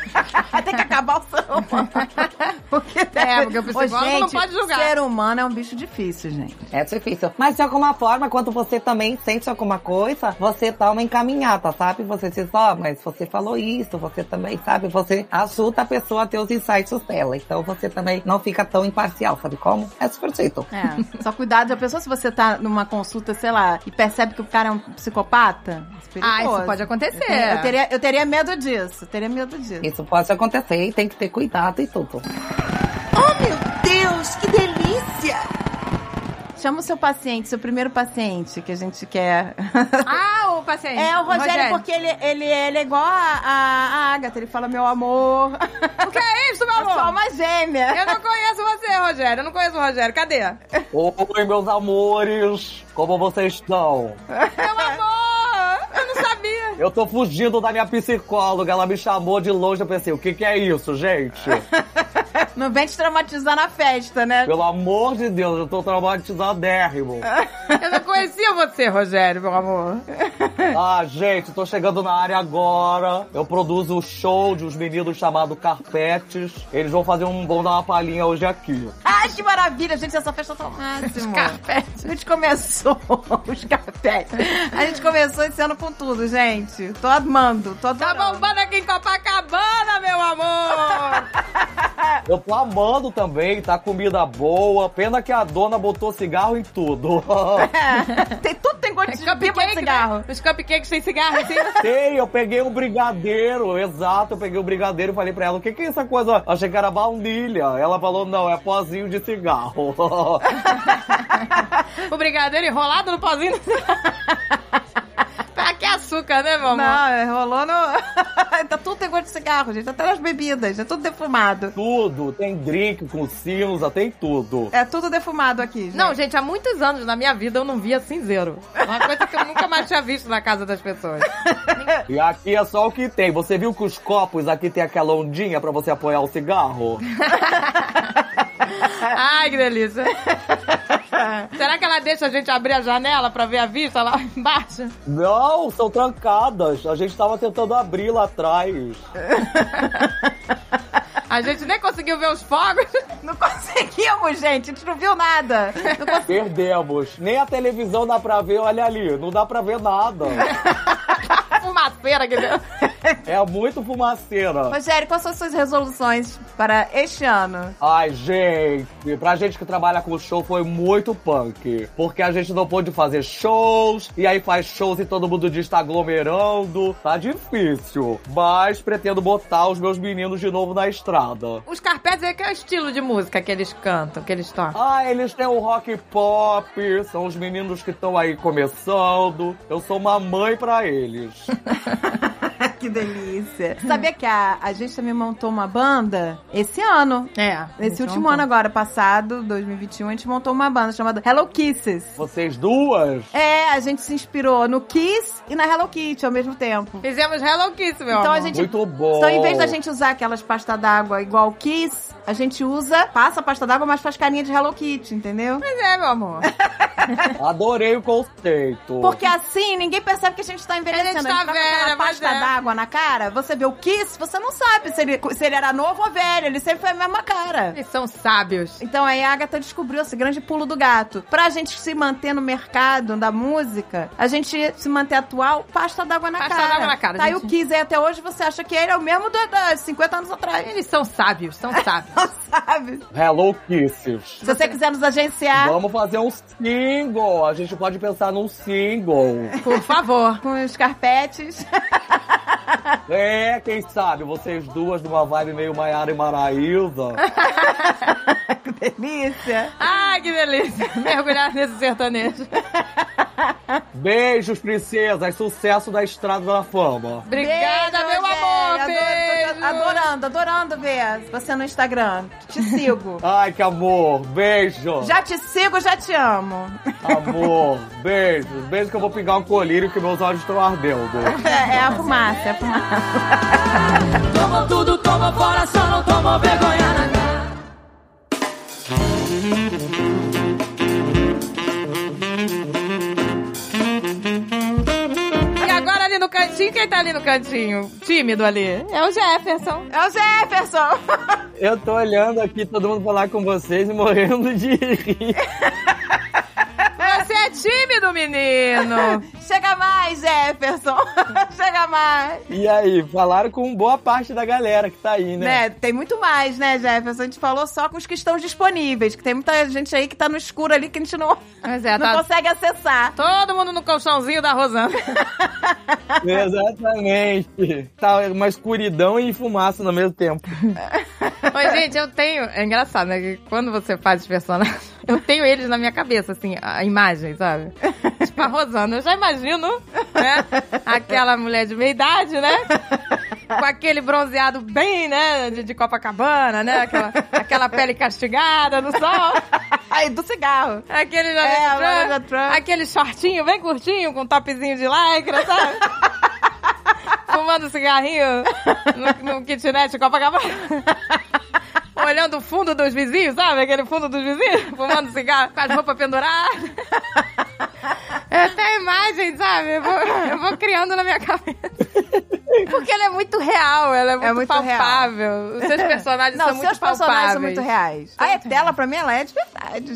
Speaker 2: Tem que acabar o ser humano. porque
Speaker 1: É, porque o psicólogo
Speaker 2: Ô,
Speaker 1: não
Speaker 2: gente,
Speaker 1: pode julgar.
Speaker 2: ser humano é um bicho difícil, gente.
Speaker 6: É difícil. Mas de alguma forma, quando você também sente alguma coisa, você dá uma encaminhada, sabe? Você diz, ó, mas você falou isso, você também, sabe? Você ajuda a pessoa a ter os insights dela. Então você também não fica tão imparcial, sabe como? É super jeito.
Speaker 2: É. Só cuidado da pessoa se você tá numa consulta, sei lá, e percebe que o cara é um psicopata. Isso é
Speaker 1: Ah,
Speaker 2: perigoso.
Speaker 1: isso pode acontecer.
Speaker 2: Eu teria, eu teria medo disso. eu Teria medo disso.
Speaker 6: Isso pode acontecer e tem que ter cuidado e tudo.
Speaker 2: Chama o seu paciente, seu primeiro paciente que a gente quer.
Speaker 1: Ah, o paciente.
Speaker 2: É, o Rogério, porque ele, ele, ele é igual a, a, a Agatha. Ele fala, meu amor.
Speaker 1: O que é isso, meu
Speaker 2: É só
Speaker 1: amor?
Speaker 2: uma gêmea.
Speaker 1: Eu não conheço você, Rogério. Eu não conheço o Rogério. Cadê? Meu
Speaker 7: Oi, meus amores! Como vocês estão?
Speaker 1: amor! Eu não sabia.
Speaker 7: Eu tô fugindo da minha psicóloga, ela me chamou de longe, eu pensei, o que que é isso, gente?
Speaker 2: Não vem te traumatizar na festa, né?
Speaker 7: Pelo amor de Deus, eu tô traumatizadérrimo.
Speaker 1: Eu não conhecia você, Rogério, meu amor.
Speaker 7: Ah, gente, tô chegando na área agora. Eu produzo o show de uns meninos chamado Carpetes. Eles vão fazer um vão dar uma palhinha hoje aqui.
Speaker 2: Ai, que maravilha, gente, essa festa tá o máximo. A gente começou os carpetes. A gente começou esse ano com tudo, gente. Tô amando, tô
Speaker 1: Tá
Speaker 2: adorando.
Speaker 1: bombando aqui em Copacabana, meu amor!
Speaker 7: Eu tô amando também, tá comida boa. Pena que a dona botou cigarro em tudo.
Speaker 2: É. Tem, tudo tem gosto de pipa de
Speaker 1: Cupcake,
Speaker 2: cigarro.
Speaker 1: né? Os cupcakes sem cigarro, assim.
Speaker 7: Tem, eu peguei um brigadeiro, exato, eu peguei um brigadeiro e falei pra ela, o que que é essa coisa? Achei que era baunilha. Ela falou, não, é pozinho de cigarro.
Speaker 1: O brigadeiro enrolado no pauzinho. Pra que açúcar, né, meu amor?
Speaker 2: Não, é, rolou no. tá tudo tem gosto de
Speaker 1: cigarro, gente. Até nas bebidas. É tudo defumado.
Speaker 3: Tudo. Tem drink com cinza, tem tudo.
Speaker 2: É tudo defumado aqui, gente.
Speaker 1: Não, gente, há muitos anos na minha vida eu não via cinzeiro. Uma coisa que eu nunca mais tinha visto na casa das pessoas.
Speaker 3: E aqui é só o que tem. Você viu que os copos aqui tem aquela ondinha pra você apoiar o cigarro?
Speaker 1: Ai, que delícia. Será que ela deixa a gente abrir a janela pra ver a vista lá embaixo?
Speaker 3: Não, são trancadas. A gente tava tentando abrir lá atrás.
Speaker 1: A gente nem conseguiu ver os fogos.
Speaker 2: Não conseguimos, gente. A gente não viu nada. Não cons-
Speaker 3: Perdemos. Nem a televisão dá pra ver, olha ali. Não dá pra ver nada.
Speaker 1: É Fumaceira que deu.
Speaker 3: É muito fumaceira.
Speaker 2: Rogério, quais são as suas resoluções para este ano?
Speaker 3: Ai, gente, pra gente que trabalha com show foi muito punk. Porque a gente não pôde fazer shows, e aí faz shows e todo mundo diz tá aglomerando. Tá difícil. Mas pretendo botar os meus meninos de novo na estrada.
Speaker 1: Os carpetes é que é o estilo de música que eles cantam, que eles tocam.
Speaker 3: Ah, eles têm o rock pop, são os meninos que estão aí começando. Eu sou uma mãe pra eles.
Speaker 2: que delícia. Sabia que a, a gente também montou uma banda esse ano?
Speaker 1: É.
Speaker 2: Esse último ano agora, passado, 2021, a gente montou uma banda chamada Hello Kisses.
Speaker 3: Vocês duas?
Speaker 2: É, a gente se inspirou no Kiss e na Hello Kitty ao mesmo tempo.
Speaker 1: Fizemos Hello Kiss, meu
Speaker 2: Então
Speaker 1: amor.
Speaker 2: a gente
Speaker 3: Muito bom.
Speaker 2: Então, em vez da gente usar aquelas pasta d'água igual o Kiss, a gente usa, passa a pasta d'água, mas faz carinha de Hello Kitty, entendeu?
Speaker 1: Pois é, meu amor.
Speaker 3: Adorei o conceito.
Speaker 2: Porque assim, ninguém percebe que a gente tá envelhecendo.
Speaker 1: A gente tá
Speaker 2: vai com aquela
Speaker 1: velha, mas
Speaker 2: pasta
Speaker 1: é.
Speaker 2: d'água na cara, você vê o Kiss, você não sabe se ele, se ele era novo ou velho, ele sempre foi a mesma cara.
Speaker 1: Eles são sábios.
Speaker 2: Então aí a Agatha descobriu esse grande pulo do gato. Pra gente se manter no mercado da música, a gente se manter atual, pasta d'água na
Speaker 1: Pasta
Speaker 2: cara.
Speaker 1: d'água na cara,
Speaker 2: Tá aí
Speaker 1: gente.
Speaker 2: o Kiss aí até hoje, você acha que ele é o mesmo da, da 50 anos atrás.
Speaker 1: Eles são sábios, são sábios.
Speaker 2: Sabe?
Speaker 3: Hello Kisses.
Speaker 2: Se você quiser nos agenciar
Speaker 3: Vamos fazer um single. A gente pode pensar num single.
Speaker 1: Por favor.
Speaker 2: com os carpetes.
Speaker 3: É, quem sabe vocês duas numa vibe meio Maiara e Maraísa.
Speaker 2: Delícia.
Speaker 1: Ai, que delícia. Mergulhar nesse sertanejo.
Speaker 3: Beijos, princesas. Sucesso da Estrada da Fama.
Speaker 1: Obrigada,
Speaker 2: Beijo,
Speaker 1: meu amor.
Speaker 2: Rogério. Adoro-
Speaker 1: Beijo.
Speaker 2: Adorando, adorando ver você no Instagram. Te sigo.
Speaker 3: Ai, que amor. Beijo.
Speaker 2: já te sigo, já te amo.
Speaker 3: Amor. Beijos. Beijo que eu vou pingar um colírio que meus olhos estão ardendo.
Speaker 2: É, é a fumaça, é a fumaça.
Speaker 10: Toma tudo, toma fora, só não toma vergonha na cara.
Speaker 1: E agora ali no cantinho, quem tá ali no cantinho? Tímido ali. É o Jefferson.
Speaker 2: É o Jefferson.
Speaker 3: Eu tô olhando aqui todo mundo falar com vocês e morrendo de rir.
Speaker 1: Você é tímido, menino.
Speaker 2: Chega mais, Jefferson. Chega mais.
Speaker 3: E aí, falaram com boa parte da galera que tá aí,
Speaker 2: Né, tem muito mais, né, Jefferson? A gente falou só com os que estão disponíveis, que tem muita gente aí que tá no escuro ali que a gente não,
Speaker 1: Pois é,
Speaker 2: não
Speaker 1: tá
Speaker 2: consegue acessar.
Speaker 1: todo mundo no colchãozinho da Rosana.
Speaker 3: Exatamente. Tá uma escuridão e fumaça no mesmo tempo.
Speaker 1: Mas, gente, eu tenho. É engraçado, né? Que quando você faz os personagens, eu tenho eles na minha cabeça, assim, a imagem, sabe? Tipo, a Rosana, eu já imagino, né? Aquela mulher de meia idade, né? Com aquele bronzeado bem, né? De, de Copacabana, né? Aquela, aquela pele castigada no sol.
Speaker 2: Aí, do cigarro.
Speaker 1: Aquele
Speaker 2: É,
Speaker 1: Donald
Speaker 2: Donald
Speaker 1: Trump,
Speaker 2: Trump.
Speaker 1: Aquele shortinho bem curtinho, com um topzinho de lycra, sabe? Fumando cigarrinho no, no kitnet Copacabana. Olhando o fundo dos vizinhos, sabe? Aquele fundo dos vizinhos, fumando cigarro, com as roupas penduradas. Eu tenho imagem, sabe? Eu vou, eu vou criando na minha cabeça. Porque ela é muito real, ela é muito,
Speaker 2: muito real.
Speaker 1: palpável. Os seus personagens
Speaker 2: Não,
Speaker 1: são muito
Speaker 2: seus personagens
Speaker 1: palpáveis.
Speaker 2: são muito reais. A Estela, pra mim, ela é de verdade,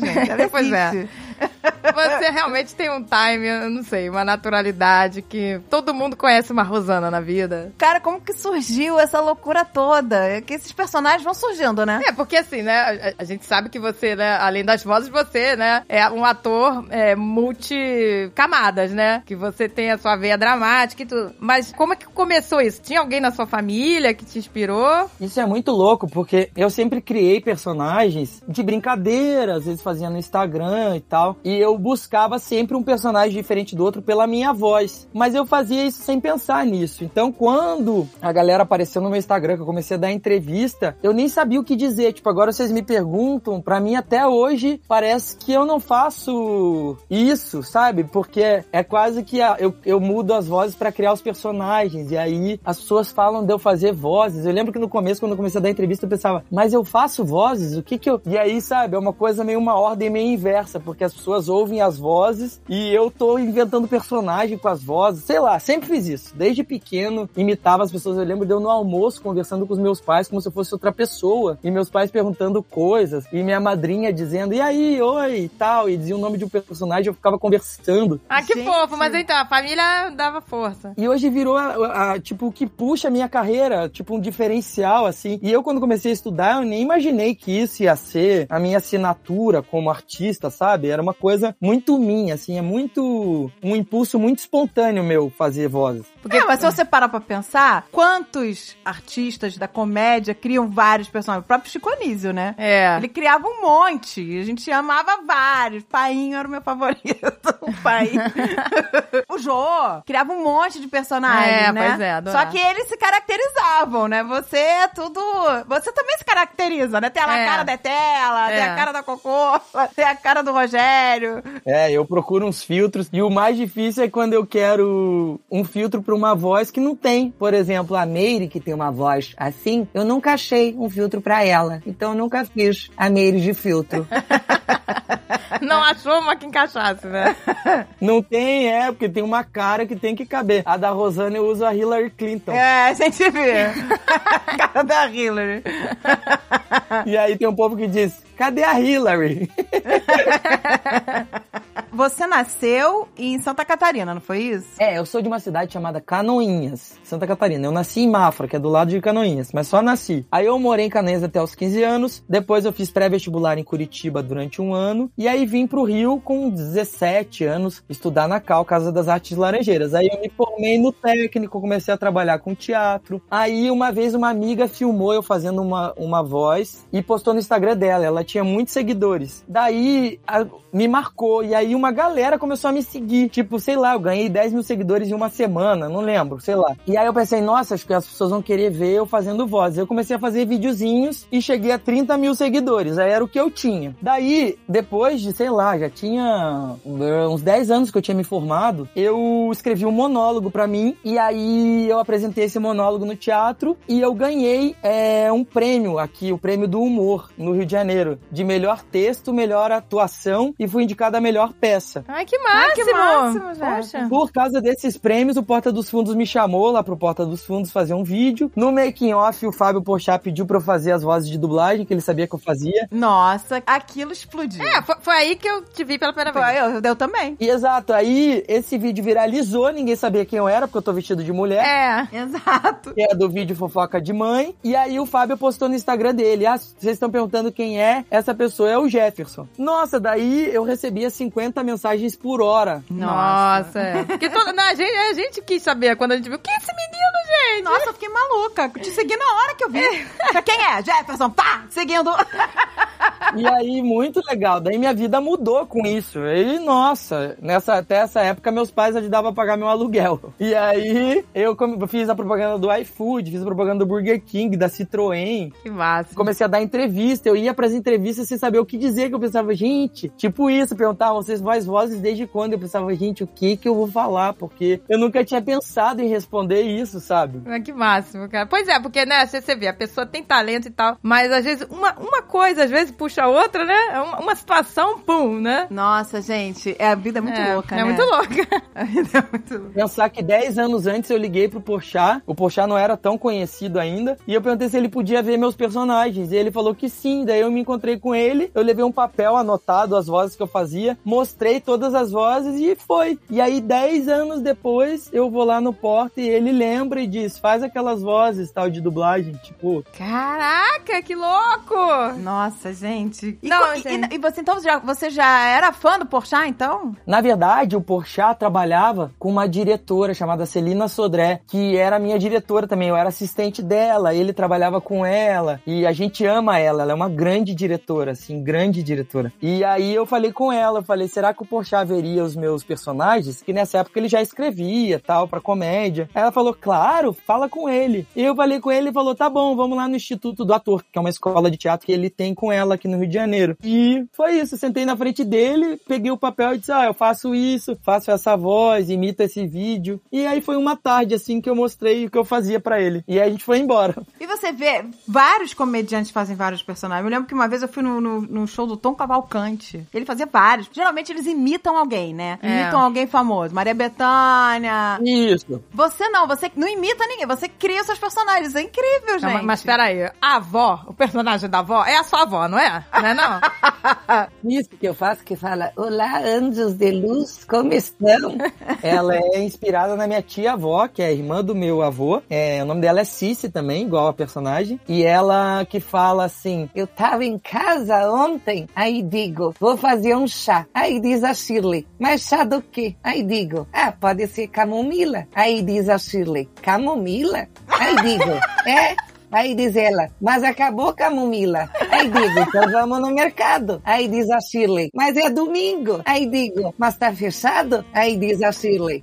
Speaker 2: gente. Ela
Speaker 1: Pois é.
Speaker 2: existe.
Speaker 1: Você realmente tem um time, eu não sei, uma naturalidade que todo mundo conhece uma Rosana na vida.
Speaker 2: Cara, como que surgiu essa loucura toda? É que esses personagens vão surgindo, né?
Speaker 1: É, porque assim, né, a, a gente sabe que você, né, além das vozes, você, né, é um ator é, multicamadas, né? Que você tem a sua veia dramática e tudo. Mas como é que começou isso? Tinha alguém na sua família que te inspirou?
Speaker 11: Isso é muito louco, porque eu sempre criei personagens de brincadeira, às vezes fazia no Instagram e tal. E
Speaker 3: E eu buscava sempre um personagem diferente do outro pela minha voz. Mas eu fazia isso sem pensar nisso. Então, quando a galera apareceu no meu Instagram, que eu comecei a dar entrevista, eu nem sabia o que dizer. Tipo, agora vocês me perguntam, pra mim até hoje parece que eu não faço isso, sabe? Porque é, é quase que a- eu, eu mudo as vozes pra criar os personagens. E aí as pessoas falam de eu fazer vozes. Eu lembro que no começo, quando eu comecei a dar entrevista, eu pensava, mas eu faço vozes? O que que eu. E aí, sabe? É uma coisa meio uma ordem meio inversa, porque as pessoas ouvem as vozes e eu tô inventando personagem com as vozes. Sei lá, sempre fiz isso. Desde pequeno, imitava as pessoas. Eu lembro de eu no almoço conversando com os meus pais como se eu fosse outra pessoa. E meus pais perguntando coisas. E minha madrinha dizendo, e aí, oi, e tal. E dizia o nome de um personagem, eu ficava conversando.
Speaker 1: Ah, que fofo, mas então, a família dava força.
Speaker 3: E hoje virou, a- a- tipo, o que puxa a minha carreira, tipo, um diferencial, assim. E eu, quando comecei a estudar, eu nem imaginei que isso ia ser a minha assinatura como artista, sabe? Era uma coisa muito minha, assim, é muito. um impulso muito espontâneo meu fazer vozes.
Speaker 2: É, mas se você parar pra pensar, quantos artistas da comédia criam vários personagens? O próprio Chico Anísio, né?
Speaker 1: É.
Speaker 2: Ele criava um monte. e A gente amava vários. Painho era o meu favorito. O Painho. o Jô criava um monte de personagens,
Speaker 1: É,
Speaker 2: né?
Speaker 1: pois é, adorava.
Speaker 2: Só que eles se caracterizavam, né? Você é tudo... Você também se caracteriza, né? Tem a
Speaker 1: É.
Speaker 2: cara da Tela, tem
Speaker 1: É.
Speaker 2: a cara da Cocô, tem a cara do Rogério.
Speaker 3: É, eu procuro uns filtros e o mais difícil é quando eu quero um filtro pra uma voz que não tem. Por exemplo, a Meire, que tem uma voz assim, eu nunca achei um filtro pra ela. Então eu nunca fiz a Meire de filtro.
Speaker 1: Não achou uma que encaixasse, né?
Speaker 3: Não tem, é, porque tem uma cara que tem que caber. A da Rosana eu uso a Hillary Clinton.
Speaker 2: É, a gente vê. cara da Hillary.
Speaker 3: E aí tem um povo que diz: cadê a Hillary?
Speaker 2: Você nasceu em Santa Catarina, não foi isso?
Speaker 3: É, eu sou de uma cidade chamada Canoinhas, Santa Catarina. Eu nasci em Mafra, que é do lado de Canoinhas, mas só nasci. Aí eu morei em Canoinhas até os 15 anos, depois eu fiz pré-vestibular em Curitiba durante um ano, e aí vim pro Rio com 17 anos estudar na Cal, Casa das Artes Laranjeiras. Aí eu me formei no técnico, comecei a trabalhar com teatro. Aí uma vez uma amiga filmou eu fazendo uma, uma voz e postou no Instagram dela. Ela tinha muitos seguidores. Daí a- me marcou. E aí uma galera começou a me seguir. Tipo, sei lá, eu ganhei 10 mil seguidores em uma semana, não lembro, sei lá. E aí eu pensei, nossa, acho que as pessoas vão querer ver eu fazendo voz. Eu comecei a fazer videozinhos e cheguei a 30 mil seguidores. Aí era o que eu tinha. Daí, depois de, sei lá, já tinha eh, uns 10 anos que eu tinha me formado, eu escrevi um monólogo pra mim. E aí eu apresentei esse monólogo no teatro e eu ganhei eh, um prêmio aqui, o prêmio do humor, no Rio de Janeiro, de melhor texto, melhor atuação e fui indicada a melhor peça.
Speaker 1: Ai, que máximo!
Speaker 2: máximo,
Speaker 1: Poxa.
Speaker 3: Por causa desses prêmios, o Porta dos Fundos me chamou lá pro Porta dos Fundos fazer um vídeo. No making off, o Fábio Porchat pediu pra eu fazer as vozes de dublagem, que ele sabia que eu fazia.
Speaker 2: Nossa, aquilo explodiu.
Speaker 1: É, foi, foi aí que eu te vi pela primeira vez.
Speaker 2: eu, eu também.
Speaker 3: E exato, aí esse vídeo viralizou, ninguém sabia quem eu era, porque eu tô vestido de mulher.
Speaker 1: É.
Speaker 2: Exato.
Speaker 3: Que é do vídeo Fofoca de Mãe. E aí o Fábio postou no Instagram dele. Ah, vocês estão perguntando quem é? Essa pessoa é o Jefferson. Nossa, daí eu recebia 50 mensagens por hora.
Speaker 1: Nossa. é. Porque toda, não, a, gente, a gente quis saber quando a gente viu. Que é esse menino, gente?
Speaker 2: Nossa, eu fiquei maluca. Te segui na hora que eu vi. Pra quem é? Jefferson, pá! Seguindo.
Speaker 3: E aí, muito legal. Daí minha vida mudou com isso. E nossa, nessa, até essa época meus pais ajudavam a pagar meu aluguel. E aí eu come- fiz a propaganda do iFood, fiz a propaganda do Burger King, da Citroën.
Speaker 1: Que máximo.
Speaker 2: é?
Speaker 3: Comecei a dar entrevista, eu ia pras entrevistas sem saber o que dizer, que eu pensava, gente, tipo isso, perguntavam vocês mais vozes desde quando? Eu pensava, gente, o que que eu vou falar? Porque eu nunca tinha pensado em responder isso, sabe?
Speaker 1: Ah, Que máximo, cara. Pois é, porque, né, você, você vê, a pessoa tem talento e tal, mas às vezes uma, uma coisa, às vezes puxa a outra, né? É Uma, uma situação, pum, né?
Speaker 2: Nossa, gente, é, a vida é muito
Speaker 1: é,
Speaker 2: louca,
Speaker 1: é
Speaker 2: né?
Speaker 1: muito louca.
Speaker 2: A vida é muito louca.
Speaker 3: Pensar que 10 anos antes eu liguei pro Porchat, o Porchat não era tão conhecido ainda, e eu perguntei se ele podia ver meus personagens, e ele falou que sim, daí eu me encontrei com ele, eu levei um papel anotado as vozes que eu fazia, mostrei todas as vozes e foi. E aí 10 anos depois eu vou lá no Porta e ele lembra e diz, faz aquelas vozes tal de dublagem, tipo,
Speaker 1: Caraca, que louco!
Speaker 2: Nossa, gente. gente. E, co- e- e, e você, então, já, você já era fã do Porchat, então?
Speaker 3: Na verdade, o Porchat trabalhava com uma diretora chamada Celina Sodré, que era minha diretora também. Eu era assistente dela, ele trabalhava com ela. E a gente ama ela, ela é uma grande diretora, assim, grande diretora. E aí eu falei com ela, eu falei, será que o Porchat veria os meus personagens? Que nessa época ele já escrevia, tal, pra comédia. Aí ela falou, claro, fala com ele. E eu falei com ele e falou, tá bom, vamos lá no Instituto do Ator, que é uma escola de teatro que ele tem com ela aqui no Rio de Janeiro. E foi isso, sentei na frente dele, peguei o papel e disse, ah, eu faço isso, faço essa voz, imito esse vídeo. E aí foi uma tarde, assim, que eu mostrei o que eu fazia pra ele. E aí a gente foi embora.
Speaker 2: E você vê, vários comediantes fazem vários personagens. Eu lembro que uma vez eu fui no, no- no show do Tom Cavalcante. Ele fazia vários. Geralmente eles imitam alguém, né?
Speaker 3: É.
Speaker 2: Imitam alguém famoso. Maria Bethânia.
Speaker 3: Isso.
Speaker 2: Você não, você não imita ninguém, você cria seus personagens. É incrível,
Speaker 1: Não,
Speaker 2: gente.
Speaker 1: mas, mas peraí, a avó, o personagem da avó, é a sua avó, não é? Não é não?
Speaker 3: Isso
Speaker 9: que eu faço que fala, olá, anjos de luz, como estão?
Speaker 3: Ela é inspirada na minha tia-avó, que é irmã do meu avô. É, o nome dela é Cici também, igual a personagem. E ela que fala assim...
Speaker 9: Eu tava em casa ontem, aí digo, vou fazer um chá. Aí diz a Shirley, mas chá do quê? Aí digo, ah, pode ser camomila. Aí diz a Shirley, camomila? Aí digo, é? Aí diz ela, mas acabou a camomila. Aí digo, então vamos no mercado. Aí diz a Shirley, mas é domingo. Aí digo, mas tá fechado? Aí diz a Shirley,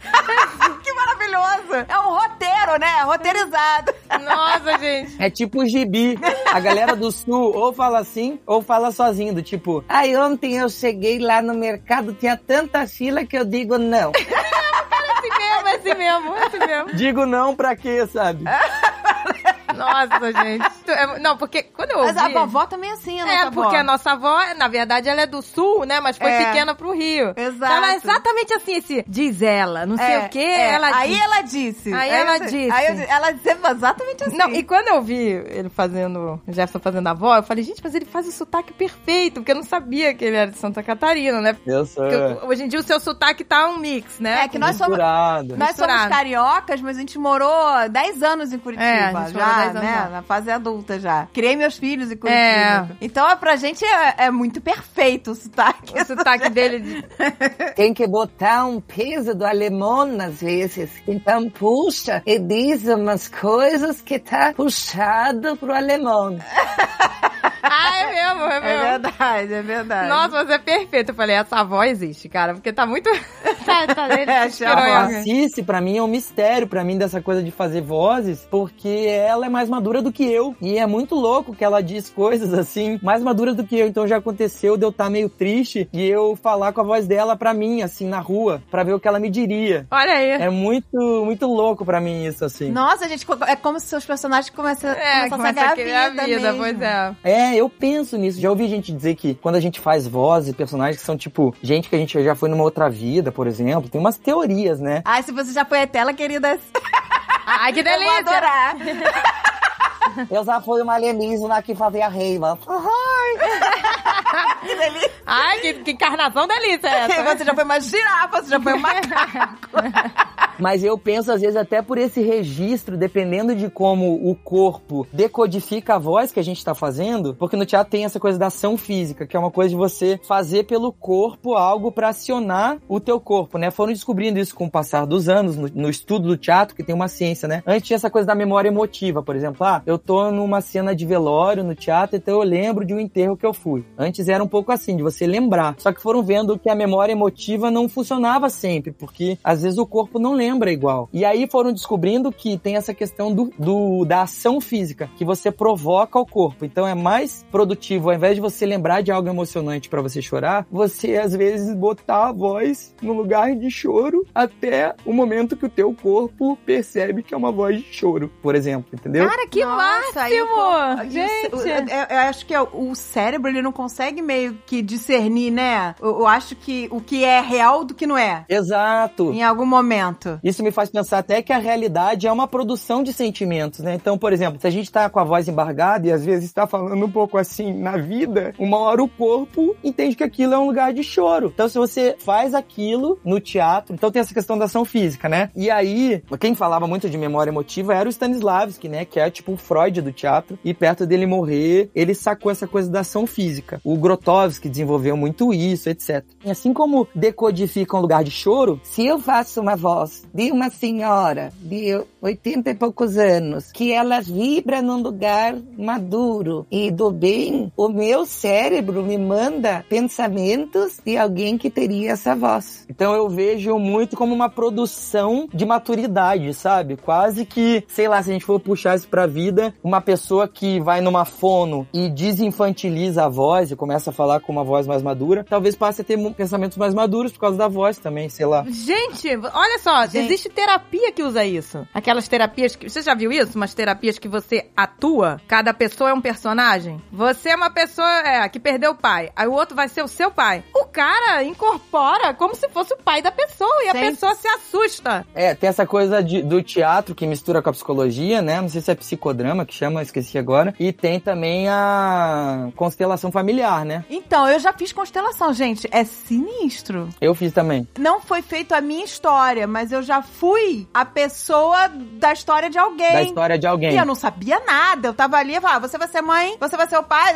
Speaker 2: Que maravilhoso! É um roteiro, né? Roteirizado.
Speaker 1: Nossa, gente.
Speaker 3: É tipo gibi. A galera do sul ou fala assim, ou fala sozinho, do tipo...
Speaker 9: Aí ontem eu cheguei lá no mercado, tinha tanta fila que eu digo não.
Speaker 1: Esse mesmo, esse mesmo, esse mesmo.
Speaker 3: Digo não pra quê, sabe?
Speaker 1: Nossa, gente. É, Não, porque quando eu ouvi...
Speaker 2: Mas a vovó também é assim, a
Speaker 1: É,
Speaker 2: nossa avó.
Speaker 1: porque a nossa avó, na verdade, ela é do sul, né? Mas foi
Speaker 2: É.
Speaker 1: pequena pro Rio. Então
Speaker 2: Exato.
Speaker 1: ela é exatamente assim, esse... Diz ela, não sei
Speaker 2: É,
Speaker 1: o quê,
Speaker 2: é.
Speaker 1: ela
Speaker 2: Aí
Speaker 1: diz.
Speaker 2: ela disse.
Speaker 1: Aí
Speaker 2: Aí
Speaker 1: ela
Speaker 2: eu-
Speaker 1: disse.
Speaker 2: aí eu- ela sempre exatamente assim.
Speaker 1: Não, e quando eu vi ele fazendo, o Jefferson fazendo a avó, eu falei, gente, mas ele faz o sotaque perfeito, porque eu não sabia que ele era de Santa Catarina, né?
Speaker 3: Eu sou...
Speaker 1: Porque hoje em dia o seu sotaque tá um mix, né?
Speaker 2: É que nós somos,
Speaker 3: Misturado.
Speaker 2: nós somos
Speaker 1: Misturado.
Speaker 2: cariocas, mas a gente morou 10 anos em Curitiba.
Speaker 1: É, a gente morou
Speaker 2: já,
Speaker 1: 10 anos
Speaker 2: né?
Speaker 1: lá.
Speaker 2: Na fase adulta já. Criei meus filhos em Curitiba.
Speaker 1: É.
Speaker 2: Então, é, pra gente, é, é muito perfeito o sotaque.
Speaker 1: O sotaque dele de
Speaker 9: Tem que botar um peso do alemão às vezes. Então puxa e diz umas coisas que tá puxado pro alemão.
Speaker 1: Ah, é mesmo, é
Speaker 2: É
Speaker 1: mesmo.
Speaker 2: verdade, é verdade.
Speaker 1: Nossa, você é perfeito. Eu falei, essa avó existe, cara, porque tá muito. tá, tá dele.
Speaker 2: É,
Speaker 3: A
Speaker 1: É,
Speaker 3: Cici, pra mim, é um mistério, pra mim, dessa coisa de fazer vozes, porque ela é mais madura do que eu. E é muito louco que ela diz coisas assim, mais madura do que eu. Então já aconteceu de eu estar meio triste e eu falar com a voz dela pra mim, assim, na rua, pra ver o que ela me diria.
Speaker 1: Olha aí.
Speaker 3: É muito, muito louco pra mim isso, assim.
Speaker 2: Nossa, gente, co- é como se seus personagens começam,
Speaker 1: é
Speaker 2: começassem
Speaker 1: começa
Speaker 2: a
Speaker 1: a querer
Speaker 2: ganhar
Speaker 1: a
Speaker 2: vida,
Speaker 1: vida,
Speaker 2: mesmo.
Speaker 1: pois é.
Speaker 3: É, eu penso nisso. Já ouvi gente dizer que quando a gente faz vozes e personagens que são tipo gente que a gente já foi numa outra vida, por exemplo, tem umas teorias, né?
Speaker 2: Ai, se você já foi a tela, queridas,
Speaker 1: Ai, que
Speaker 2: eu vou
Speaker 1: delícia!
Speaker 2: adorar.
Speaker 6: Eu já fui uma alienígena que fazia reiva.
Speaker 2: que delícia.
Speaker 1: Ai, que, que encarnação delícia é essa?
Speaker 2: Você já foi uma girafa, você já foi um macaco.
Speaker 3: Mas eu penso, às vezes, até por esse registro, dependendo de como o corpo decodifica a voz que a gente tá fazendo, porque no teatro tem essa coisa da ação física, que é uma coisa de você fazer pelo corpo algo pra acionar o teu corpo, né? Foram descobrindo isso com o passar dos anos, no, no estudo do teatro, que tem uma ciência, né? Antes tinha essa coisa da memória emotiva, por exemplo. Ah, eu tô numa cena de velório no teatro, então eu lembro de um enterro que eu fui. Antes era um pouco assim, de você lembrar. Só que foram vendo que a memória emotiva não funcionava sempre, porque às vezes o corpo não lembra igual. E aí foram descobrindo que tem essa questão do, do- da ação física, que você provoca o corpo. Então é mais produtivo, ao invés de você lembrar de algo emocionante pra você chorar, você às vezes botar a voz no lugar de choro até o momento que o teu corpo percebe que é uma voz de choro, por exemplo, entendeu?
Speaker 1: Cara, que
Speaker 2: Nossa, aí o
Speaker 1: máximo!
Speaker 2: corpo-
Speaker 1: Gente!
Speaker 2: Isso, eu, eu- eu acho que é o o cérebro, ele não consegue meio que discernir, né? Eu, eu acho que o que é real do que não é.
Speaker 3: Exato.
Speaker 2: Em algum momento. Exato.
Speaker 3: Isso me faz pensar até que a realidade é uma produção de sentimentos, né? Então, por exemplo, se a gente tá com a voz embargada e às vezes tá falando um pouco assim na vida, uma hora o corpo entende que aquilo é um lugar de choro. Então, se você faz aquilo no teatro, então tem essa questão da ação física, né? E aí, quem falava muito de memória emotiva era o Stanislavski, né? Que é tipo o Freud do teatro. E perto dele morrer, ele sacou essa coisa da ação física. O Grotowski desenvolveu muito isso, etc. E assim como decodifica um lugar de choro,
Speaker 8: se eu faço uma voz de uma senhora de 80 e poucos anos, que ela vibra num lugar maduro e do bem, o meu cérebro me manda pensamentos de alguém que teria essa voz.
Speaker 3: Então eu vejo muito como uma produção de maturidade, sabe? Quase que, sei lá, se a gente for puxar isso pra vida, uma pessoa que vai numa fono e desinfantiliza a voz e começa a falar com uma voz mais madura, talvez passe a ter pensamentos mais maduros por causa da voz também, sei lá.
Speaker 1: Gente, olha só, Gente. existe terapia que usa isso. Aquelas terapias que. Você já viu isso? Umas terapias que você atua, cada pessoa é um personagem. Você é uma pessoa é, que perdeu o pai, aí o outro vai ser o seu pai. O cara incorpora como se fosse o pai da pessoa e Sim. a pessoa se assusta.
Speaker 3: É, tem essa coisa de, do teatro que mistura com a psicologia, né? Não sei se é psicodrama que chama, esqueci agora. E tem também a constelação familiar, né?
Speaker 2: Então, eu já fiz constelação, gente. É sinistro.
Speaker 3: Eu fiz também.
Speaker 2: Não foi feito a minha história, mas eu já fui a pessoa da história de alguém.
Speaker 3: Da história de alguém.
Speaker 2: E eu não sabia nada. Eu tava ali e falava, ah, você vai ser mãe, você vai ser o pai.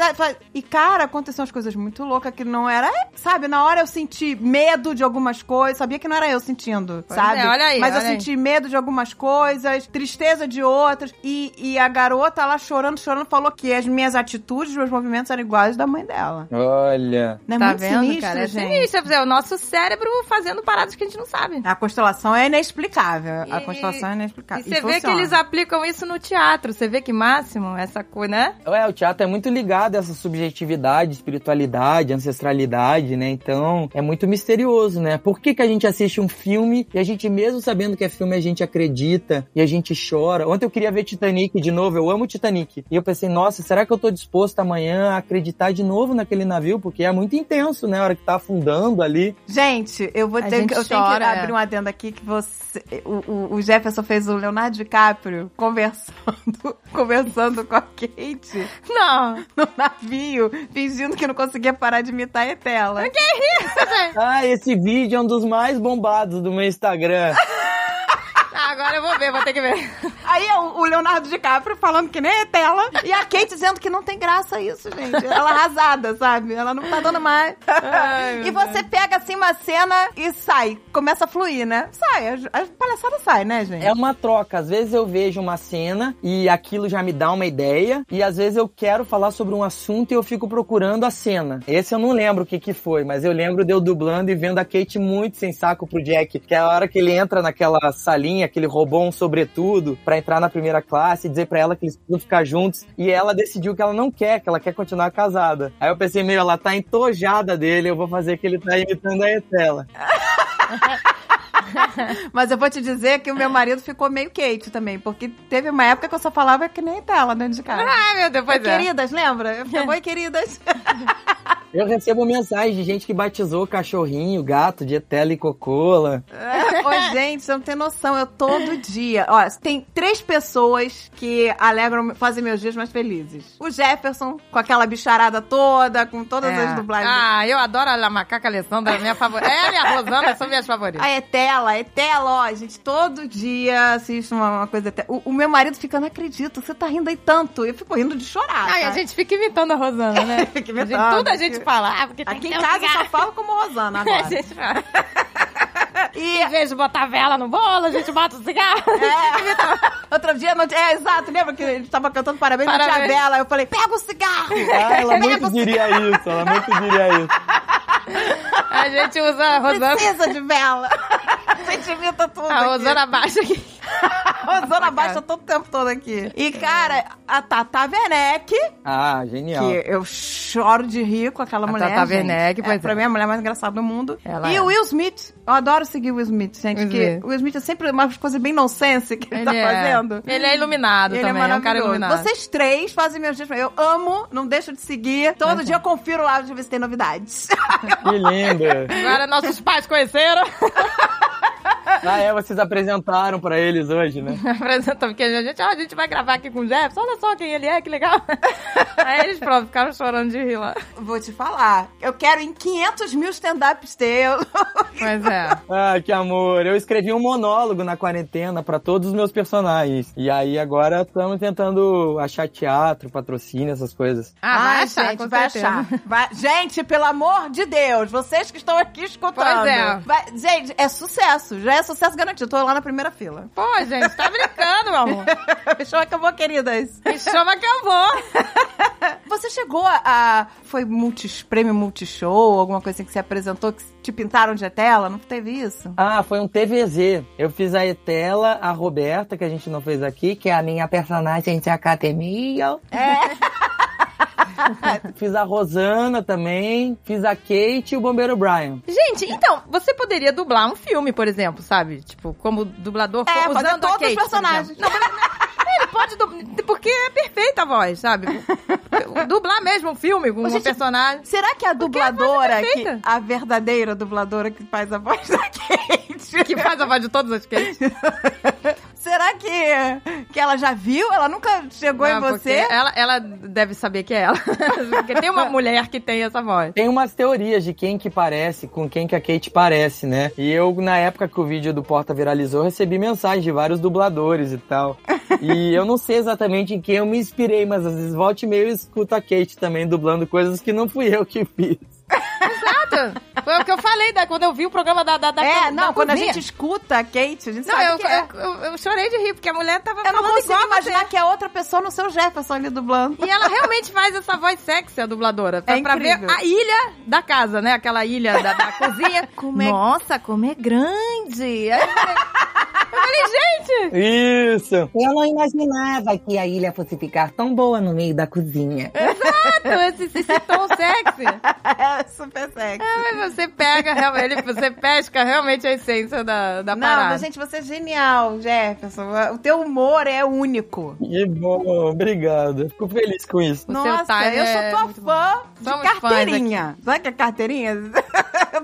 Speaker 2: E, cara, aconteceu umas coisas muito loucas que não era. Sabe, na hora eu senti medo de algumas coisas. Sabia que não era eu sentindo, pois sabe?
Speaker 1: É, olha aí,
Speaker 2: mas
Speaker 1: olha
Speaker 2: eu senti aí. medo de algumas coisas, tristeza de outras. E, e a garota lá chorando, chorando, falou que as minhas atitudes, os meus movimentos eram iguais da mãe dela.
Speaker 3: Olha.
Speaker 2: Não é tá muito vendo, sinistro, cara? É gente.
Speaker 1: sinistro. É o nosso cérebro fazendo paradas que a gente não sabe.
Speaker 2: A constelação é inexplicável. E, a constelação é inexplicável.
Speaker 1: E você vê que eles aplicam isso no teatro. Você vê que máximo essa coisa, né?
Speaker 3: É, o teatro é muito ligado a essa subjetividade, espiritualidade, ancestralidade, né? Então, é muito misterioso, né? Por que, que a gente assiste um filme e a gente, mesmo sabendo que é filme, a gente acredita e a gente chora? Ontem eu queria ver Titanic de novo, eu amo Titanic. E eu pensei, nossa, será que eu tô disposto amanhã a acreditar de novo naquele navio? Porque é muito intenso, né? A hora que tá afundando ali.
Speaker 2: Gente, eu vou ter que, eu chora, tenho que abrir um adendo aqui que você. O, o Jefferson fez o Leonardo DiCaprio conversando, conversando com a Kate.
Speaker 1: Não.
Speaker 2: No navio, fingindo que não conseguia parar de imitar a Etela.
Speaker 1: Que é isso, gente?
Speaker 3: Ah, esse vídeo é um dos mais bombados do meu Instagram.
Speaker 1: Ah, agora eu vou ver, vou ter que ver.
Speaker 2: Aí é o Leonardo DiCaprio falando que nem é tela. E a Kate dizendo que não tem graça isso, gente. Ela arrasada, sabe? Ela não tá dando mais. Ai, e você Deus. pega assim uma cena e sai. Começa a fluir, né? Sai. A palhaçada sai, né, gente?
Speaker 3: É uma troca. Às vezes eu vejo uma cena e aquilo já me dá uma ideia. E às vezes eu quero falar sobre um assunto e eu fico procurando a cena. Esse eu não lembro o que que foi, mas eu lembro de eu dublando e vendo a Kate muito sem saco pro Jack. Que é a hora que ele entra naquela salinha que ele roubou um sobretudo para entrar na primeira classe e dizer para ela que eles precisam ficar juntos. E ela decidiu que ela não quer, que ela quer continuar casada. Aí eu pensei, meu, ela tá entojada dele, eu vou fazer que ele tá imitando a Estela.
Speaker 2: Mas eu vou te dizer que o meu marido ficou meio Kate também, porque teve uma época que eu só falava que nem dela dentro de casa.
Speaker 1: Ah, meu Deus, pois
Speaker 2: é. Queridas, lembra? Eu fiquei, oi, queridas.
Speaker 3: Eu recebo mensagem de gente que batizou cachorrinho, gato, dietela e cocola.
Speaker 2: É. Ô, gente, você não tem noção. Eu todo dia. Ó, tem três pessoas que alegram, fazem meus dias mais felizes. O Jefferson, com aquela bicharada toda, com todas
Speaker 1: é.
Speaker 2: as dublagens.
Speaker 1: Ah, eu adoro a Macaca Alessandra, minha favorita. Ela e a Rosana são minhas favoritas.
Speaker 2: A Etela, Etela, é ó, gente, todo dia assisto uma, uma coisa. O, o, meu marido fica, não acredito, você tá rindo aí tanto. Eu fico rindo de chorar.
Speaker 1: Ai,
Speaker 2: tá?
Speaker 1: a gente fica imitando a Rosana, né?
Speaker 2: fica imitando.
Speaker 1: tudo a gente falar, ah, porque tem
Speaker 2: Aqui
Speaker 1: que
Speaker 2: em casa eu só falo como Rosana agora.
Speaker 1: E em vez de botar vela no bolo, a gente bota o cigarro.
Speaker 2: É. Outro dia, não... é exato, lembra que ele tava cantando parabéns, parabéns. não tinha vela. Eu falei, pega o cigarro!
Speaker 3: Ah,
Speaker 2: é
Speaker 3: ela muito diria isso, ela muito diria isso.
Speaker 1: A gente usa a Rosana.
Speaker 2: Precisa de vela. A gente imita tudo.
Speaker 1: A Rosana abaixa aqui.
Speaker 2: A Rosana abaixa todo o tempo todo aqui. E, cara, a Tata Werneck.
Speaker 3: Ah, genial.
Speaker 2: Que eu choro de rir com aquela
Speaker 1: a
Speaker 2: mulher.
Speaker 1: Tata Werneck,
Speaker 2: pois é, Pra mim, é a mulher mais engraçada do mundo. Ela e é. o Will Smith. Eu adoro seguir o Will Smith, gente. Will Smith. o Will Smith é sempre uma coisa bem nonsense que ele, ele tá
Speaker 1: é.
Speaker 2: fazendo.
Speaker 1: Ele é iluminado ele também. É, é um cara iluminado.
Speaker 2: Vocês três fazem meus dias. Eu amo, não deixo de seguir. Todo é. dia eu confiro lá pra ver se tem novidades.
Speaker 3: Que lindo.
Speaker 1: Agora nossos pais conheceram.
Speaker 3: Ah, é, vocês apresentaram pra eles hoje, né?
Speaker 1: Apresentou, porque a gente, ah, a gente vai gravar aqui com o Jefferson, olha só quem ele é, que legal. Aí eles pronto, ficaram chorando de rir lá.
Speaker 2: Vou te falar, eu quero em 500 mil stand-ups teus.
Speaker 1: Pois é.
Speaker 3: Ah, que amor. Eu escrevi um monólogo na quarentena pra todos os meus personagens. E aí agora estamos tentando achar teatro, patrocínio, essas coisas.
Speaker 2: Ah, vai achar, gente,
Speaker 1: com
Speaker 2: vai
Speaker 1: certeza.
Speaker 2: achar. Vai- Gente, pelo amor de Deus, vocês que estão aqui escutando.
Speaker 1: Pois é.
Speaker 2: Vai- Gente, é sucesso, já é sucesso garantido. Tô lá na primeira fila.
Speaker 1: Pô, gente, tá brincando, meu amor.
Speaker 2: Me chama que eu vou, queridas.
Speaker 1: Me chama que eu vou.
Speaker 2: Você chegou a. a- Foi multis, prêmio multishow, alguma coisa assim que você apresentou, que te pintaram de tela? Não teve isso?
Speaker 3: Ah, foi um TVZ. Eu fiz a Etela, a Roberta, que a gente não fez aqui, que é a minha personagem de academia. É. fiz a Rosana também, fiz a Kate e o Bombeiro Brian.
Speaker 1: Gente, então, você poderia dublar um filme, por exemplo, sabe? Tipo, como dublador,
Speaker 2: É,
Speaker 1: co- usando
Speaker 2: fazer
Speaker 1: a
Speaker 2: todos os
Speaker 1: Kate, por
Speaker 2: personagens.
Speaker 1: exemplo. Não, mas- ele pode dublar, porque é perfeita a voz, sabe? Dublar mesmo um filme com um
Speaker 2: Gente,
Speaker 1: personagem.
Speaker 2: Será que a dubladora,
Speaker 1: é
Speaker 2: que,
Speaker 1: perfeita.
Speaker 2: a verdadeira dubladora que faz a voz da Kate,
Speaker 1: Que faz a voz de todas as Kate.
Speaker 2: será que, que ela já viu? Ela nunca chegou em
Speaker 1: Não, porque
Speaker 2: você?
Speaker 1: Ela, ela deve saber que é ela. porque tem uma mulher que tem essa voz.
Speaker 3: Tem umas teorias de quem que parece com quem que a Kate parece, né? E eu, na época que o vídeo do Porta viralizou, recebi mensagens de vários dubladores e tal. e eu não sei exatamente em quem eu me inspirei, mas às vezes volte e meio eu escuto a Kate também dublando coisas que não fui eu que fiz.
Speaker 1: Exato. Foi o que eu falei, né? Quando eu vi o programa da da, da
Speaker 2: é,
Speaker 1: da
Speaker 2: não, quando a
Speaker 1: cozinha.
Speaker 2: gente escuta a Kate, a gente
Speaker 1: Não,
Speaker 2: sabe
Speaker 1: eu,
Speaker 2: que é.
Speaker 1: eu, eu- eu chorei de rir, porque a mulher tava
Speaker 2: Eu não
Speaker 1: falando
Speaker 2: consigo
Speaker 1: igual a você.
Speaker 2: imaginar que é outra pessoa no seu Jefferson ali dublando.
Speaker 1: E ela realmente faz essa voz sexy, a dubladora. Pra,
Speaker 2: É
Speaker 1: pra ver
Speaker 2: incrível.
Speaker 1: a ilha da casa, né? Aquela ilha da, da cozinha.
Speaker 2: Como é-
Speaker 1: Nossa, como é grande! Aí Eu falei, eu falei, gente!
Speaker 3: Isso!
Speaker 8: Eu não imaginava que a ilha fosse ficar tão boa no meio da cozinha.
Speaker 2: Então,
Speaker 1: Exato! Esse, esse tom sexy.
Speaker 2: É super sexy.
Speaker 1: Ah, Mas você pega, realmente, ele- você pesca realmente a essência da, da
Speaker 2: Não,
Speaker 1: parada.
Speaker 2: mas, gente, você é genial, Jefferson. O teu humor é único.
Speaker 3: Que bom, obrigado. Fico feliz com isso.
Speaker 1: O seu
Speaker 2: Nossa,
Speaker 1: time
Speaker 2: eu
Speaker 1: é
Speaker 2: sou
Speaker 1: muito
Speaker 2: tua fã de
Speaker 1: Somos fãs
Speaker 2: carteirinha. Sabe que é carteirinha?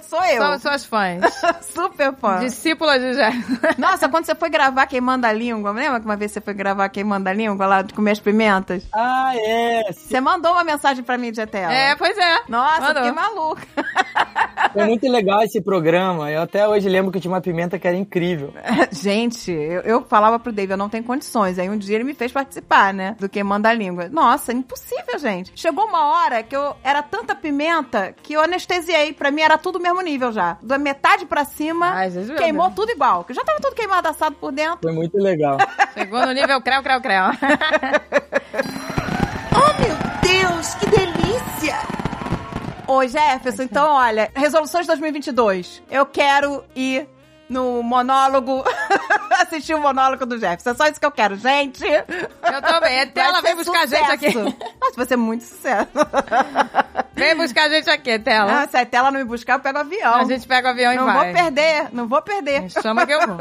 Speaker 2: Sou eu.
Speaker 1: Somos suas fãs.
Speaker 2: Super fã.
Speaker 1: Discípulas de Jéssica.
Speaker 2: Nossa, quando você foi gravar Queimando a Língua, lembra que uma vez você foi gravar Queimando a Língua lá de comer as pimentas?
Speaker 3: Ah, é!
Speaker 2: Você mandou uma mensagem pra mim de tela.
Speaker 1: É, pois é.
Speaker 2: Nossa,
Speaker 1: Mandou.
Speaker 2: eu fiquei maluca.
Speaker 3: Foi muito legal esse programa. Eu até hoje lembro que tinha uma pimenta que era incrível.
Speaker 2: Gente, eu, eu falava pro David, eu não tenho condições. Aí um dia ele me fez participar, né? Do Queimando a Língua. Nossa, impossível, gente. Chegou uma hora que eu era tanta pimenta que eu anestesiei. Pra mim era tudo o mesmo nível já. Da metade pra cima,
Speaker 1: Ai, Jesus, meu
Speaker 2: queimou
Speaker 1: Deus.
Speaker 2: tudo igual. Que já tava tudo queimado, assado por dentro.
Speaker 3: Foi muito legal.
Speaker 1: Chegou no nível creu, creu, creu.
Speaker 4: Deus, que delícia!
Speaker 2: Ô, Jefferson, então, olha, resoluções 2022. Eu quero ir no monólogo, assistir o monólogo do Jefferson. É só isso que eu quero, gente.
Speaker 1: Eu também. Até ela É vem buscar a gente aqui. Tá
Speaker 2: Nossa, vai ser muito sucesso.
Speaker 1: Vem buscar a gente aqui, é Tela.
Speaker 2: Ah, se a tela não me buscar, eu pego o avião.
Speaker 1: A gente pega o avião
Speaker 2: não
Speaker 1: e vai.
Speaker 2: vou perder, não vou perder.
Speaker 1: Chama que eu vou.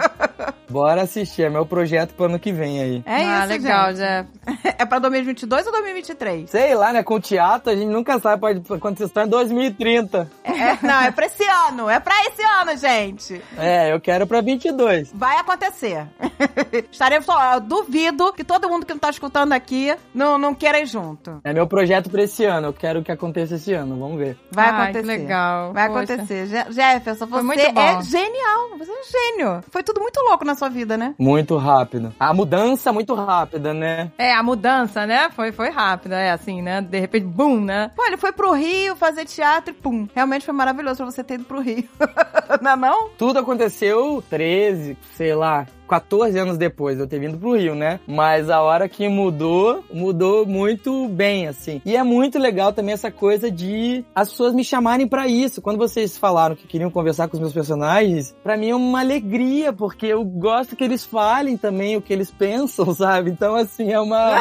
Speaker 3: Bora assistir, é meu projeto pro ano que vem aí.
Speaker 2: É
Speaker 1: ah,
Speaker 2: isso,
Speaker 1: legal,
Speaker 2: gente.
Speaker 1: já.
Speaker 2: É pra 2022 ou 2023?
Speaker 3: Sei lá, né? Com teatro a gente nunca sabe, pode acontecer só em 2030.
Speaker 2: É, não, é pra esse ano. É pra esse ano, gente.
Speaker 3: É, eu quero pra 22.
Speaker 2: Vai acontecer. Estaremos só. Eu duvido que todo mundo que não tá escutando aqui não, não queira ir junto.
Speaker 3: É meu projeto pra esse ano, eu quero que aconteça esse ano, vamos ver.
Speaker 2: Vai
Speaker 1: Ai,
Speaker 2: acontecer.
Speaker 1: que legal.
Speaker 2: Vai
Speaker 1: Poxa.
Speaker 2: acontecer. Je- Jefferson, você
Speaker 1: muito bom.
Speaker 2: é genial. Você é um gênio. Foi tudo muito louco na sua vida, né?
Speaker 3: Muito rápido. A mudança muito rápida, né?
Speaker 1: É, a mudança, né? Foi, foi rápida, é assim, né? De repente, bum, né?
Speaker 2: Pô, ele foi pro Rio fazer teatro e pum. Realmente foi maravilhoso pra você ter ido pro Rio. não é não?
Speaker 3: Tudo aconteceu 13, sei lá, 14 anos depois de eu ter vindo pro Rio, né? Mas a hora que mudou, mudou muito bem, assim. E é muito legal também essa coisa de as pessoas me chamarem pra isso. Quando vocês falaram que queriam conversar com os meus personagens, pra mim é uma alegria, porque eu gosto que eles falem também o que eles pensam, sabe? Então, assim, é uma.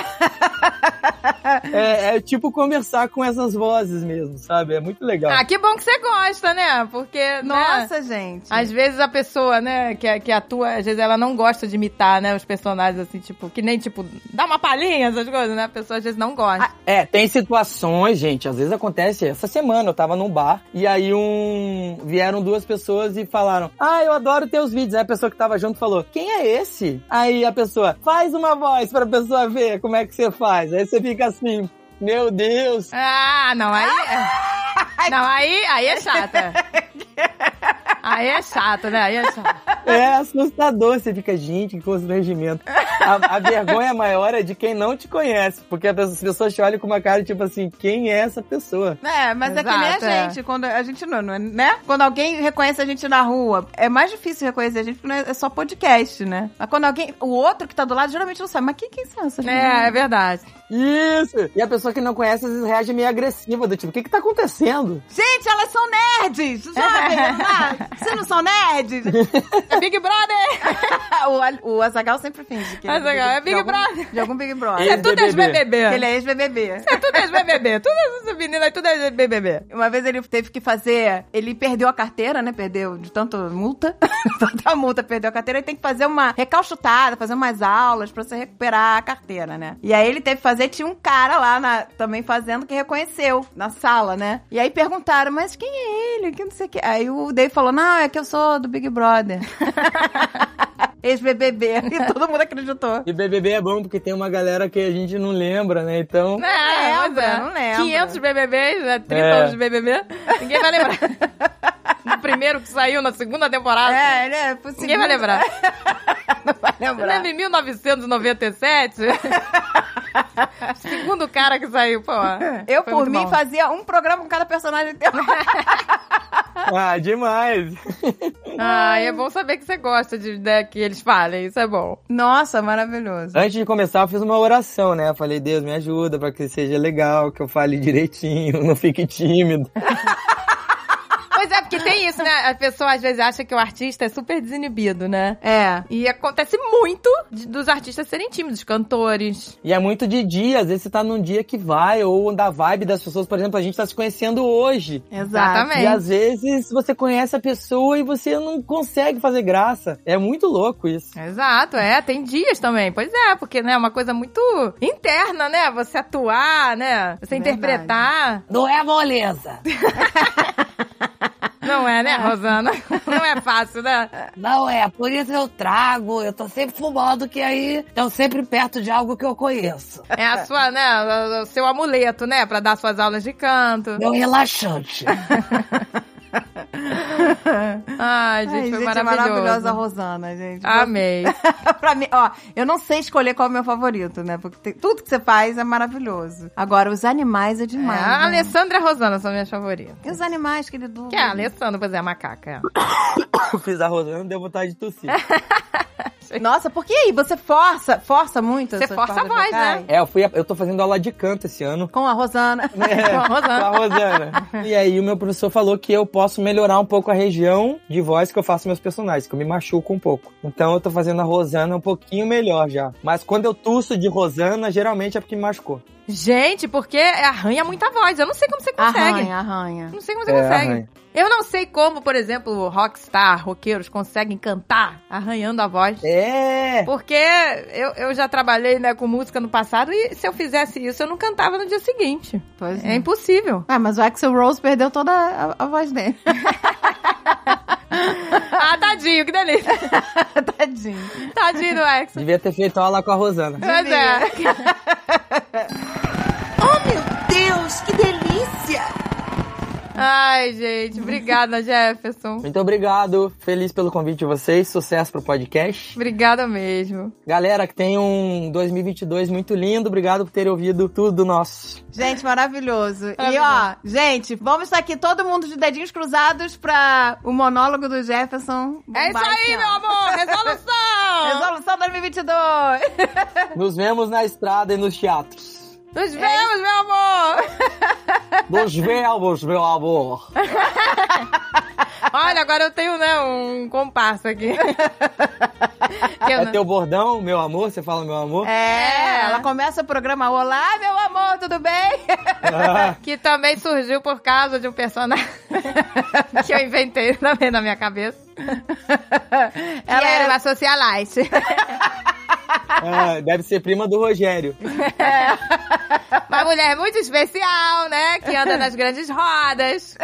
Speaker 3: é, é tipo conversar com essas vozes mesmo, sabe? É muito legal.
Speaker 1: Ah, que bom que você gosta, né? Porque, né?
Speaker 2: Nossa, gente.
Speaker 1: Às vezes a pessoa, né, que, que atua, às vezes ela não não gosta de imitar, né? Os personagens, assim, tipo, que nem, tipo, dá uma palhinha, essas coisas, né? A pessoa às vezes não gosta.
Speaker 2: Ah.
Speaker 3: É, tem situações, gente, às vezes acontece. Essa semana eu tava num bar e aí um vieram duas pessoas e falaram: "Ah, eu adoro teus vídeos". Aí a pessoa que tava junto falou: "Quem é esse?". Aí a pessoa: "Faz uma voz pra pessoa ver como é que você faz". Aí você fica assim: "Meu Deus".
Speaker 1: Ah, não, aí Não, aí, aí é chata. Aí é chato, né? Aí é chato.
Speaker 3: É assustador, você fica, gente, que constrangimento. A, a vergonha maior é de quem não te conhece, porque a pessoa- as pessoas te olham com uma cara tipo assim, quem é essa pessoa?
Speaker 2: É, mas é que nem
Speaker 1: Exato,
Speaker 2: a
Speaker 1: é.
Speaker 2: gente, quando a gente não, não é- né? Quando alguém reconhece a gente na rua, é mais difícil reconhecer a gente porque não é, é só podcast, né? Mas quando alguém, o outro que tá do lado, geralmente não sabe, mas quem, quem são essas
Speaker 1: É, é verdade.
Speaker 3: Isso! E a pessoa que não conhece às vezes reage meio agressiva, do tipo, o que que tá acontecendo?
Speaker 2: Gente, elas são nerds! Jovem, ah, vocês não são nerds?
Speaker 1: É Big Brother!
Speaker 2: o, o Azagal sempre finge que
Speaker 1: Azaghal, é Big
Speaker 2: de algum-
Speaker 1: Brother.
Speaker 2: De algum Big Brother.
Speaker 1: É tudo ex-BBB.
Speaker 2: Ele é ex-BBB.
Speaker 1: É tudo ex-BBB. Tudo essa menina, é tudo ex-BBB.
Speaker 2: Uma vez ele teve que fazer. Ele perdeu a carteira, né? Perdeu de tanto multa. tanta multa, perdeu a carteira. Ele tem que fazer uma recalchutada, fazer umas aulas pra você recuperar a carteira, né? E aí ele teve que fazer. Tinha um cara lá na- também fazendo que reconheceu na sala, né? E aí perguntaram, mas quem é ele? Que não sei o que. Aí o Dave falou: não, é que eu sou do Big Brother. Ex-BBB. E todo mundo acreditou.
Speaker 3: E BBB é bom porque tem uma galera que a gente não lembra, né?
Speaker 1: Não
Speaker 3: Então.
Speaker 1: lembra,
Speaker 2: Lembra, não lembra.
Speaker 1: 500 BBBs, né? 30
Speaker 3: É.
Speaker 1: anos de BBB. Ninguém vai lembrar. No primeiro que saiu, na segunda temporada.
Speaker 2: É, ele é possível.
Speaker 1: Ninguém vai lembrar.
Speaker 2: vai
Speaker 1: Você
Speaker 2: lembrar.
Speaker 1: lembra em 1997? Segundo cara que saiu, pô.
Speaker 2: Eu,
Speaker 1: Foi
Speaker 2: por
Speaker 1: muito
Speaker 2: mim,
Speaker 1: bom.
Speaker 2: fazia um programa com cada personagem teu.
Speaker 3: Ah, demais!
Speaker 1: Ah, e é bom saber que você gosta de né, que eles falem, isso é bom.
Speaker 2: Nossa, maravilhoso.
Speaker 3: Antes de começar, eu fiz uma oração, né? Eu falei, Deus, me ajuda pra que seja legal, que eu fale direitinho, não fique tímido.
Speaker 1: Pois é, porque tem isso, né? A pessoa às vezes acha que o artista é super desinibido, né?
Speaker 2: É.
Speaker 1: E acontece muito de- dos artistas serem tímidos, cantores.
Speaker 3: E é muito de dia, às vezes você tá num dia que vai, ou da vibe das pessoas, por exemplo, a gente tá se conhecendo hoje.
Speaker 2: Exato.
Speaker 3: E às vezes você conhece a pessoa e você não consegue fazer graça. É muito louco isso.
Speaker 1: Exato, é, tem dias também. Pois é, porque né, é uma coisa muito interna, né? Você atuar, né? Você interpretar.
Speaker 9: Não é moleza.
Speaker 1: Não é, né, Rosana? Não é fácil, né?
Speaker 9: Não é, por isso eu trago, eu tô sempre fumando, que aí eu sempre perto de algo que eu conheço.
Speaker 1: É a sua, né, o- o seu amuleto, né, Pra dar suas aulas de canto.
Speaker 9: Meu relaxante.
Speaker 1: Ai, gente,
Speaker 2: Ai,
Speaker 1: foi
Speaker 2: gente, é
Speaker 1: maravilhoso. Ah,
Speaker 2: maravilhosa a Rosana, gente.
Speaker 1: Amei.
Speaker 2: pra mim, ó, eu não sei escolher qual é o meu favorito, né? Porque tem- tudo que você faz é maravilhoso. Agora, os animais é
Speaker 1: É,
Speaker 2: demais.
Speaker 1: a
Speaker 2: né?
Speaker 1: Alessandra e a Rosana são minhas favoritas.
Speaker 2: E os animais que ele duvida?
Speaker 1: Que é a Alessandra, pois é, a macaca.
Speaker 3: Eu fiz a Rosana, deu vontade de tossir.
Speaker 2: Nossa, porque aí você força, força muito.
Speaker 1: Você
Speaker 2: essas
Speaker 1: força a
Speaker 2: cordas
Speaker 1: voz, né?
Speaker 2: vocais?
Speaker 3: É, eu, fui, eu tô fazendo aula de canto esse ano.
Speaker 2: Com a Rosana.
Speaker 3: É,
Speaker 1: a Rosana.
Speaker 3: Com a Rosana. E aí o meu professor falou que eu posso melhorar um pouco a região de voz que eu faço meus personagens, que eu me machuco um pouco. Então eu tô fazendo a Rosana um pouquinho melhor já. Mas quando eu tuço de Rosana, geralmente é porque me machucou.
Speaker 1: Gente, porque arranha muita voz. Eu não sei como você consegue.
Speaker 2: Arranha, arranha.
Speaker 1: Não sei como você
Speaker 3: É,
Speaker 1: consegue.
Speaker 3: arranha.
Speaker 1: Eu não sei como, por exemplo, rockstar, roqueiros conseguem cantar arranhando a voz.
Speaker 3: É!
Speaker 1: Porque eu, eu já trabalhei né, com música no passado e se eu fizesse isso, eu não cantava no dia seguinte.
Speaker 2: Pois
Speaker 1: É
Speaker 2: é.
Speaker 1: impossível.
Speaker 2: Ah, mas o Axel Rose perdeu toda a, a voz dele.
Speaker 1: ah, tadinho, que delícia.
Speaker 2: Tadinho.
Speaker 1: Tadinho do Ex.
Speaker 3: Devia ter feito aula com a Rosana.
Speaker 1: Mas é.
Speaker 4: Oh, meu Deus, que delícia!
Speaker 1: Ai, gente, obrigada, Jefferson.
Speaker 3: Muito obrigado, feliz pelo convite de vocês, sucesso pro podcast.
Speaker 1: Obrigada mesmo.
Speaker 3: Galera, que tenha um 2022 muito lindo, obrigado por terem ouvido tudo nosso.
Speaker 2: Gente, maravilhoso. E ó, gente, vamos estar aqui todo mundo de dedinhos cruzados pra o monólogo do Jefferson.
Speaker 1: É isso aí, meu amor! Resolução!
Speaker 2: Resolução 2022!
Speaker 3: Nos vemos na estrada e nos teatros.
Speaker 2: É
Speaker 1: Nos vemos, meu amor!
Speaker 3: Nos vemos, meu amor.
Speaker 1: Olha, agora eu tenho, né, um compasso aqui.
Speaker 3: É teu bordão, meu amor? Você fala meu amor?
Speaker 2: É, ela começa o programa Olá, meu amor, tudo bem?
Speaker 3: Ah.
Speaker 1: que também surgiu por causa de um personagem que eu inventei também na minha cabeça. Ela era uma socialite.
Speaker 3: Ah, deve ser prima do Rogério.
Speaker 1: Uma mulher muito especial, né? Que anda nas grandes rodas.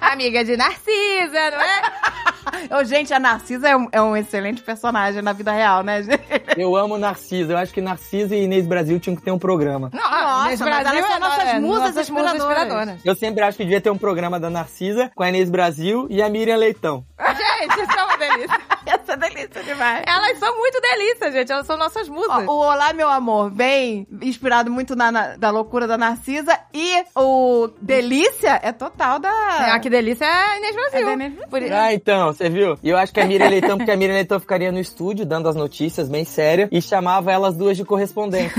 Speaker 1: Amiga de Narcisa, não é?
Speaker 2: Ô, gente, a Narcisa é um, é um excelente personagem na vida real, né, gente?
Speaker 3: Eu amo Narcisa. Eu acho que Narcisa e Inês Brasil tinham que ter um programa.
Speaker 2: Nossa, mas elas
Speaker 1: é
Speaker 2: são nossas musas inspiradoras.
Speaker 3: Eu sempre acho que devia ter um programa da Narcisa com a Inês Brasil e a Miriam Leitão.
Speaker 1: Gente, isso é uma delícia.
Speaker 2: Essa é delícia demais.
Speaker 1: Elas são muito delícias, gente. Elas são nossas musas.
Speaker 2: Ó, o Olá, meu amor, vem inspirado muito na, na- da loucura da Narcisa e o Delícia é total da...
Speaker 1: Ah, que delícia é a Inês Brasil. Por-
Speaker 3: Ah, então, você viu? E eu acho que a Miriam Leitão, porque a Miriam Leitão ficaria no estúdio dando as notícias bem séria e chamava elas duas de correspondente.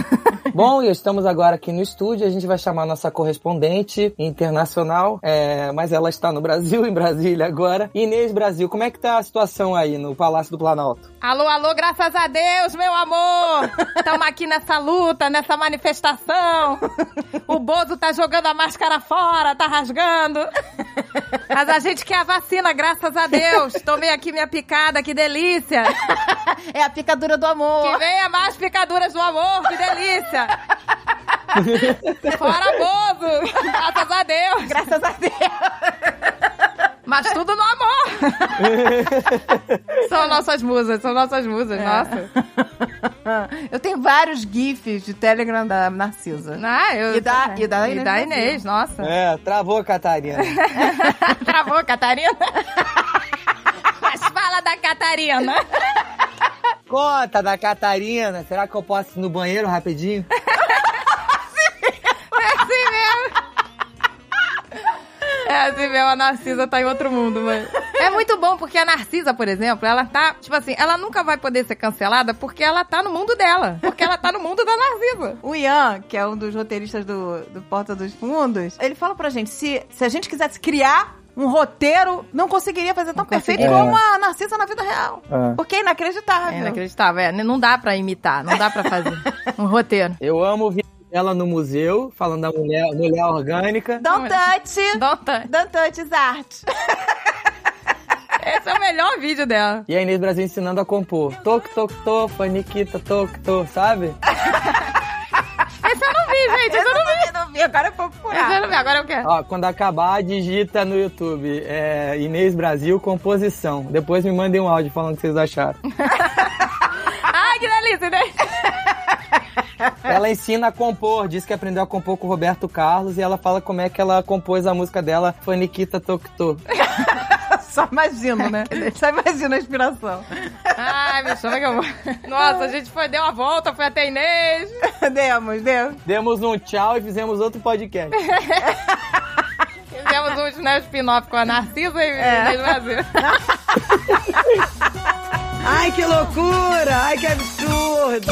Speaker 3: Bom, e estamos agora aqui no estúdio, a gente vai chamar nossa correspondente internacional, é, mas ela está no Brasil, em Brasília agora. Inês Brasil, como é que tá a situação aí no Palácio do Planalto?
Speaker 1: Alô, alô, graças a Deus, meu amor! Estamos aqui nessa luta, nessa manifestação. O Bozo tá jogando a máscara fora, tá rasgando. Mas a gente quer a vacina, graças a Deus. Tomei aqui minha picada, que delícia.
Speaker 2: É a picadura do amor.
Speaker 1: Que venha mais picaduras do amor, que delícia. Fora Bozo, graças a Deus.
Speaker 2: Graças a
Speaker 1: Deus. Mas tudo no amor. São nossas musas, são nossas musas, nossa.
Speaker 2: Eu tenho vários gifs de Telegram da Narcisa.
Speaker 1: Ah, eu
Speaker 2: E da,
Speaker 1: também.
Speaker 2: e da
Speaker 1: E
Speaker 2: Inês.
Speaker 1: da
Speaker 2: Brasil.
Speaker 1: Inês, né? nossa.
Speaker 3: É, travou, Catarina.
Speaker 1: Travou, Catarina? Mas fala da Catarina.
Speaker 3: Conta da Catarina, será que eu posso ir no banheiro rapidinho?
Speaker 1: É assim mesmo. É assim mesmo, a Narcisa tá em outro mundo, mano. É muito bom porque a Narcisa, por exemplo, ela tá, tipo assim, ela nunca vai poder ser cancelada porque ela tá no mundo dela. Porque ela tá no mundo da Narcisa.
Speaker 2: O Ian, que é um dos roteiristas do, do Porta dos Fundos, ele fala pra gente: se, se a gente quisesse criar um roteiro, não conseguiria fazer tão perfeito
Speaker 1: conseguiria.
Speaker 2: como a Narcisa na vida real.
Speaker 3: É.
Speaker 2: Porque é inacreditável.
Speaker 1: É inacreditável, é. Não dá pra imitar, não dá pra fazer um roteiro.
Speaker 3: Eu amo o vídeo dela no museu, falando da mulher, mulher orgânica.
Speaker 2: Don't touch!
Speaker 1: Don't touch.
Speaker 2: Don't touch is art.
Speaker 1: Esse é o melhor vídeo dela.
Speaker 3: E a Inês Brasil ensinando a compor. Toc, toc, toc, faniquita, toc, toc, sabe?
Speaker 1: Esse eu não vi, gente. Esse eu não vi.
Speaker 2: não vi, agora eu vou procurar.
Speaker 1: Esse eu não vi, agora eu quero.
Speaker 3: Ó, quando acabar, digita no YouTube. É, Inês Brasil Composição. Depois me mandem um áudio falando o que vocês acharam.
Speaker 1: Ai, que delícia, né?
Speaker 3: Ela ensina a compor, diz que aprendeu a compor com o Roberto Carlos e ela fala como é que ela compôs a música dela, Faniquita Toc Toc.
Speaker 2: Só imagino, né?
Speaker 1: É.
Speaker 2: Só imagino a inspiração.
Speaker 1: Ai, meu chama que eu vou. Nossa, a gente foi, deu uma volta, foi até Inês.
Speaker 2: demos, demos.
Speaker 3: Demos um tchau e fizemos outro podcast.
Speaker 1: Fizemos um né, spin-off com a Narcisa e
Speaker 2: É.
Speaker 1: Inês Brasil.
Speaker 4: Ai, que loucura! Ai, que absurdo!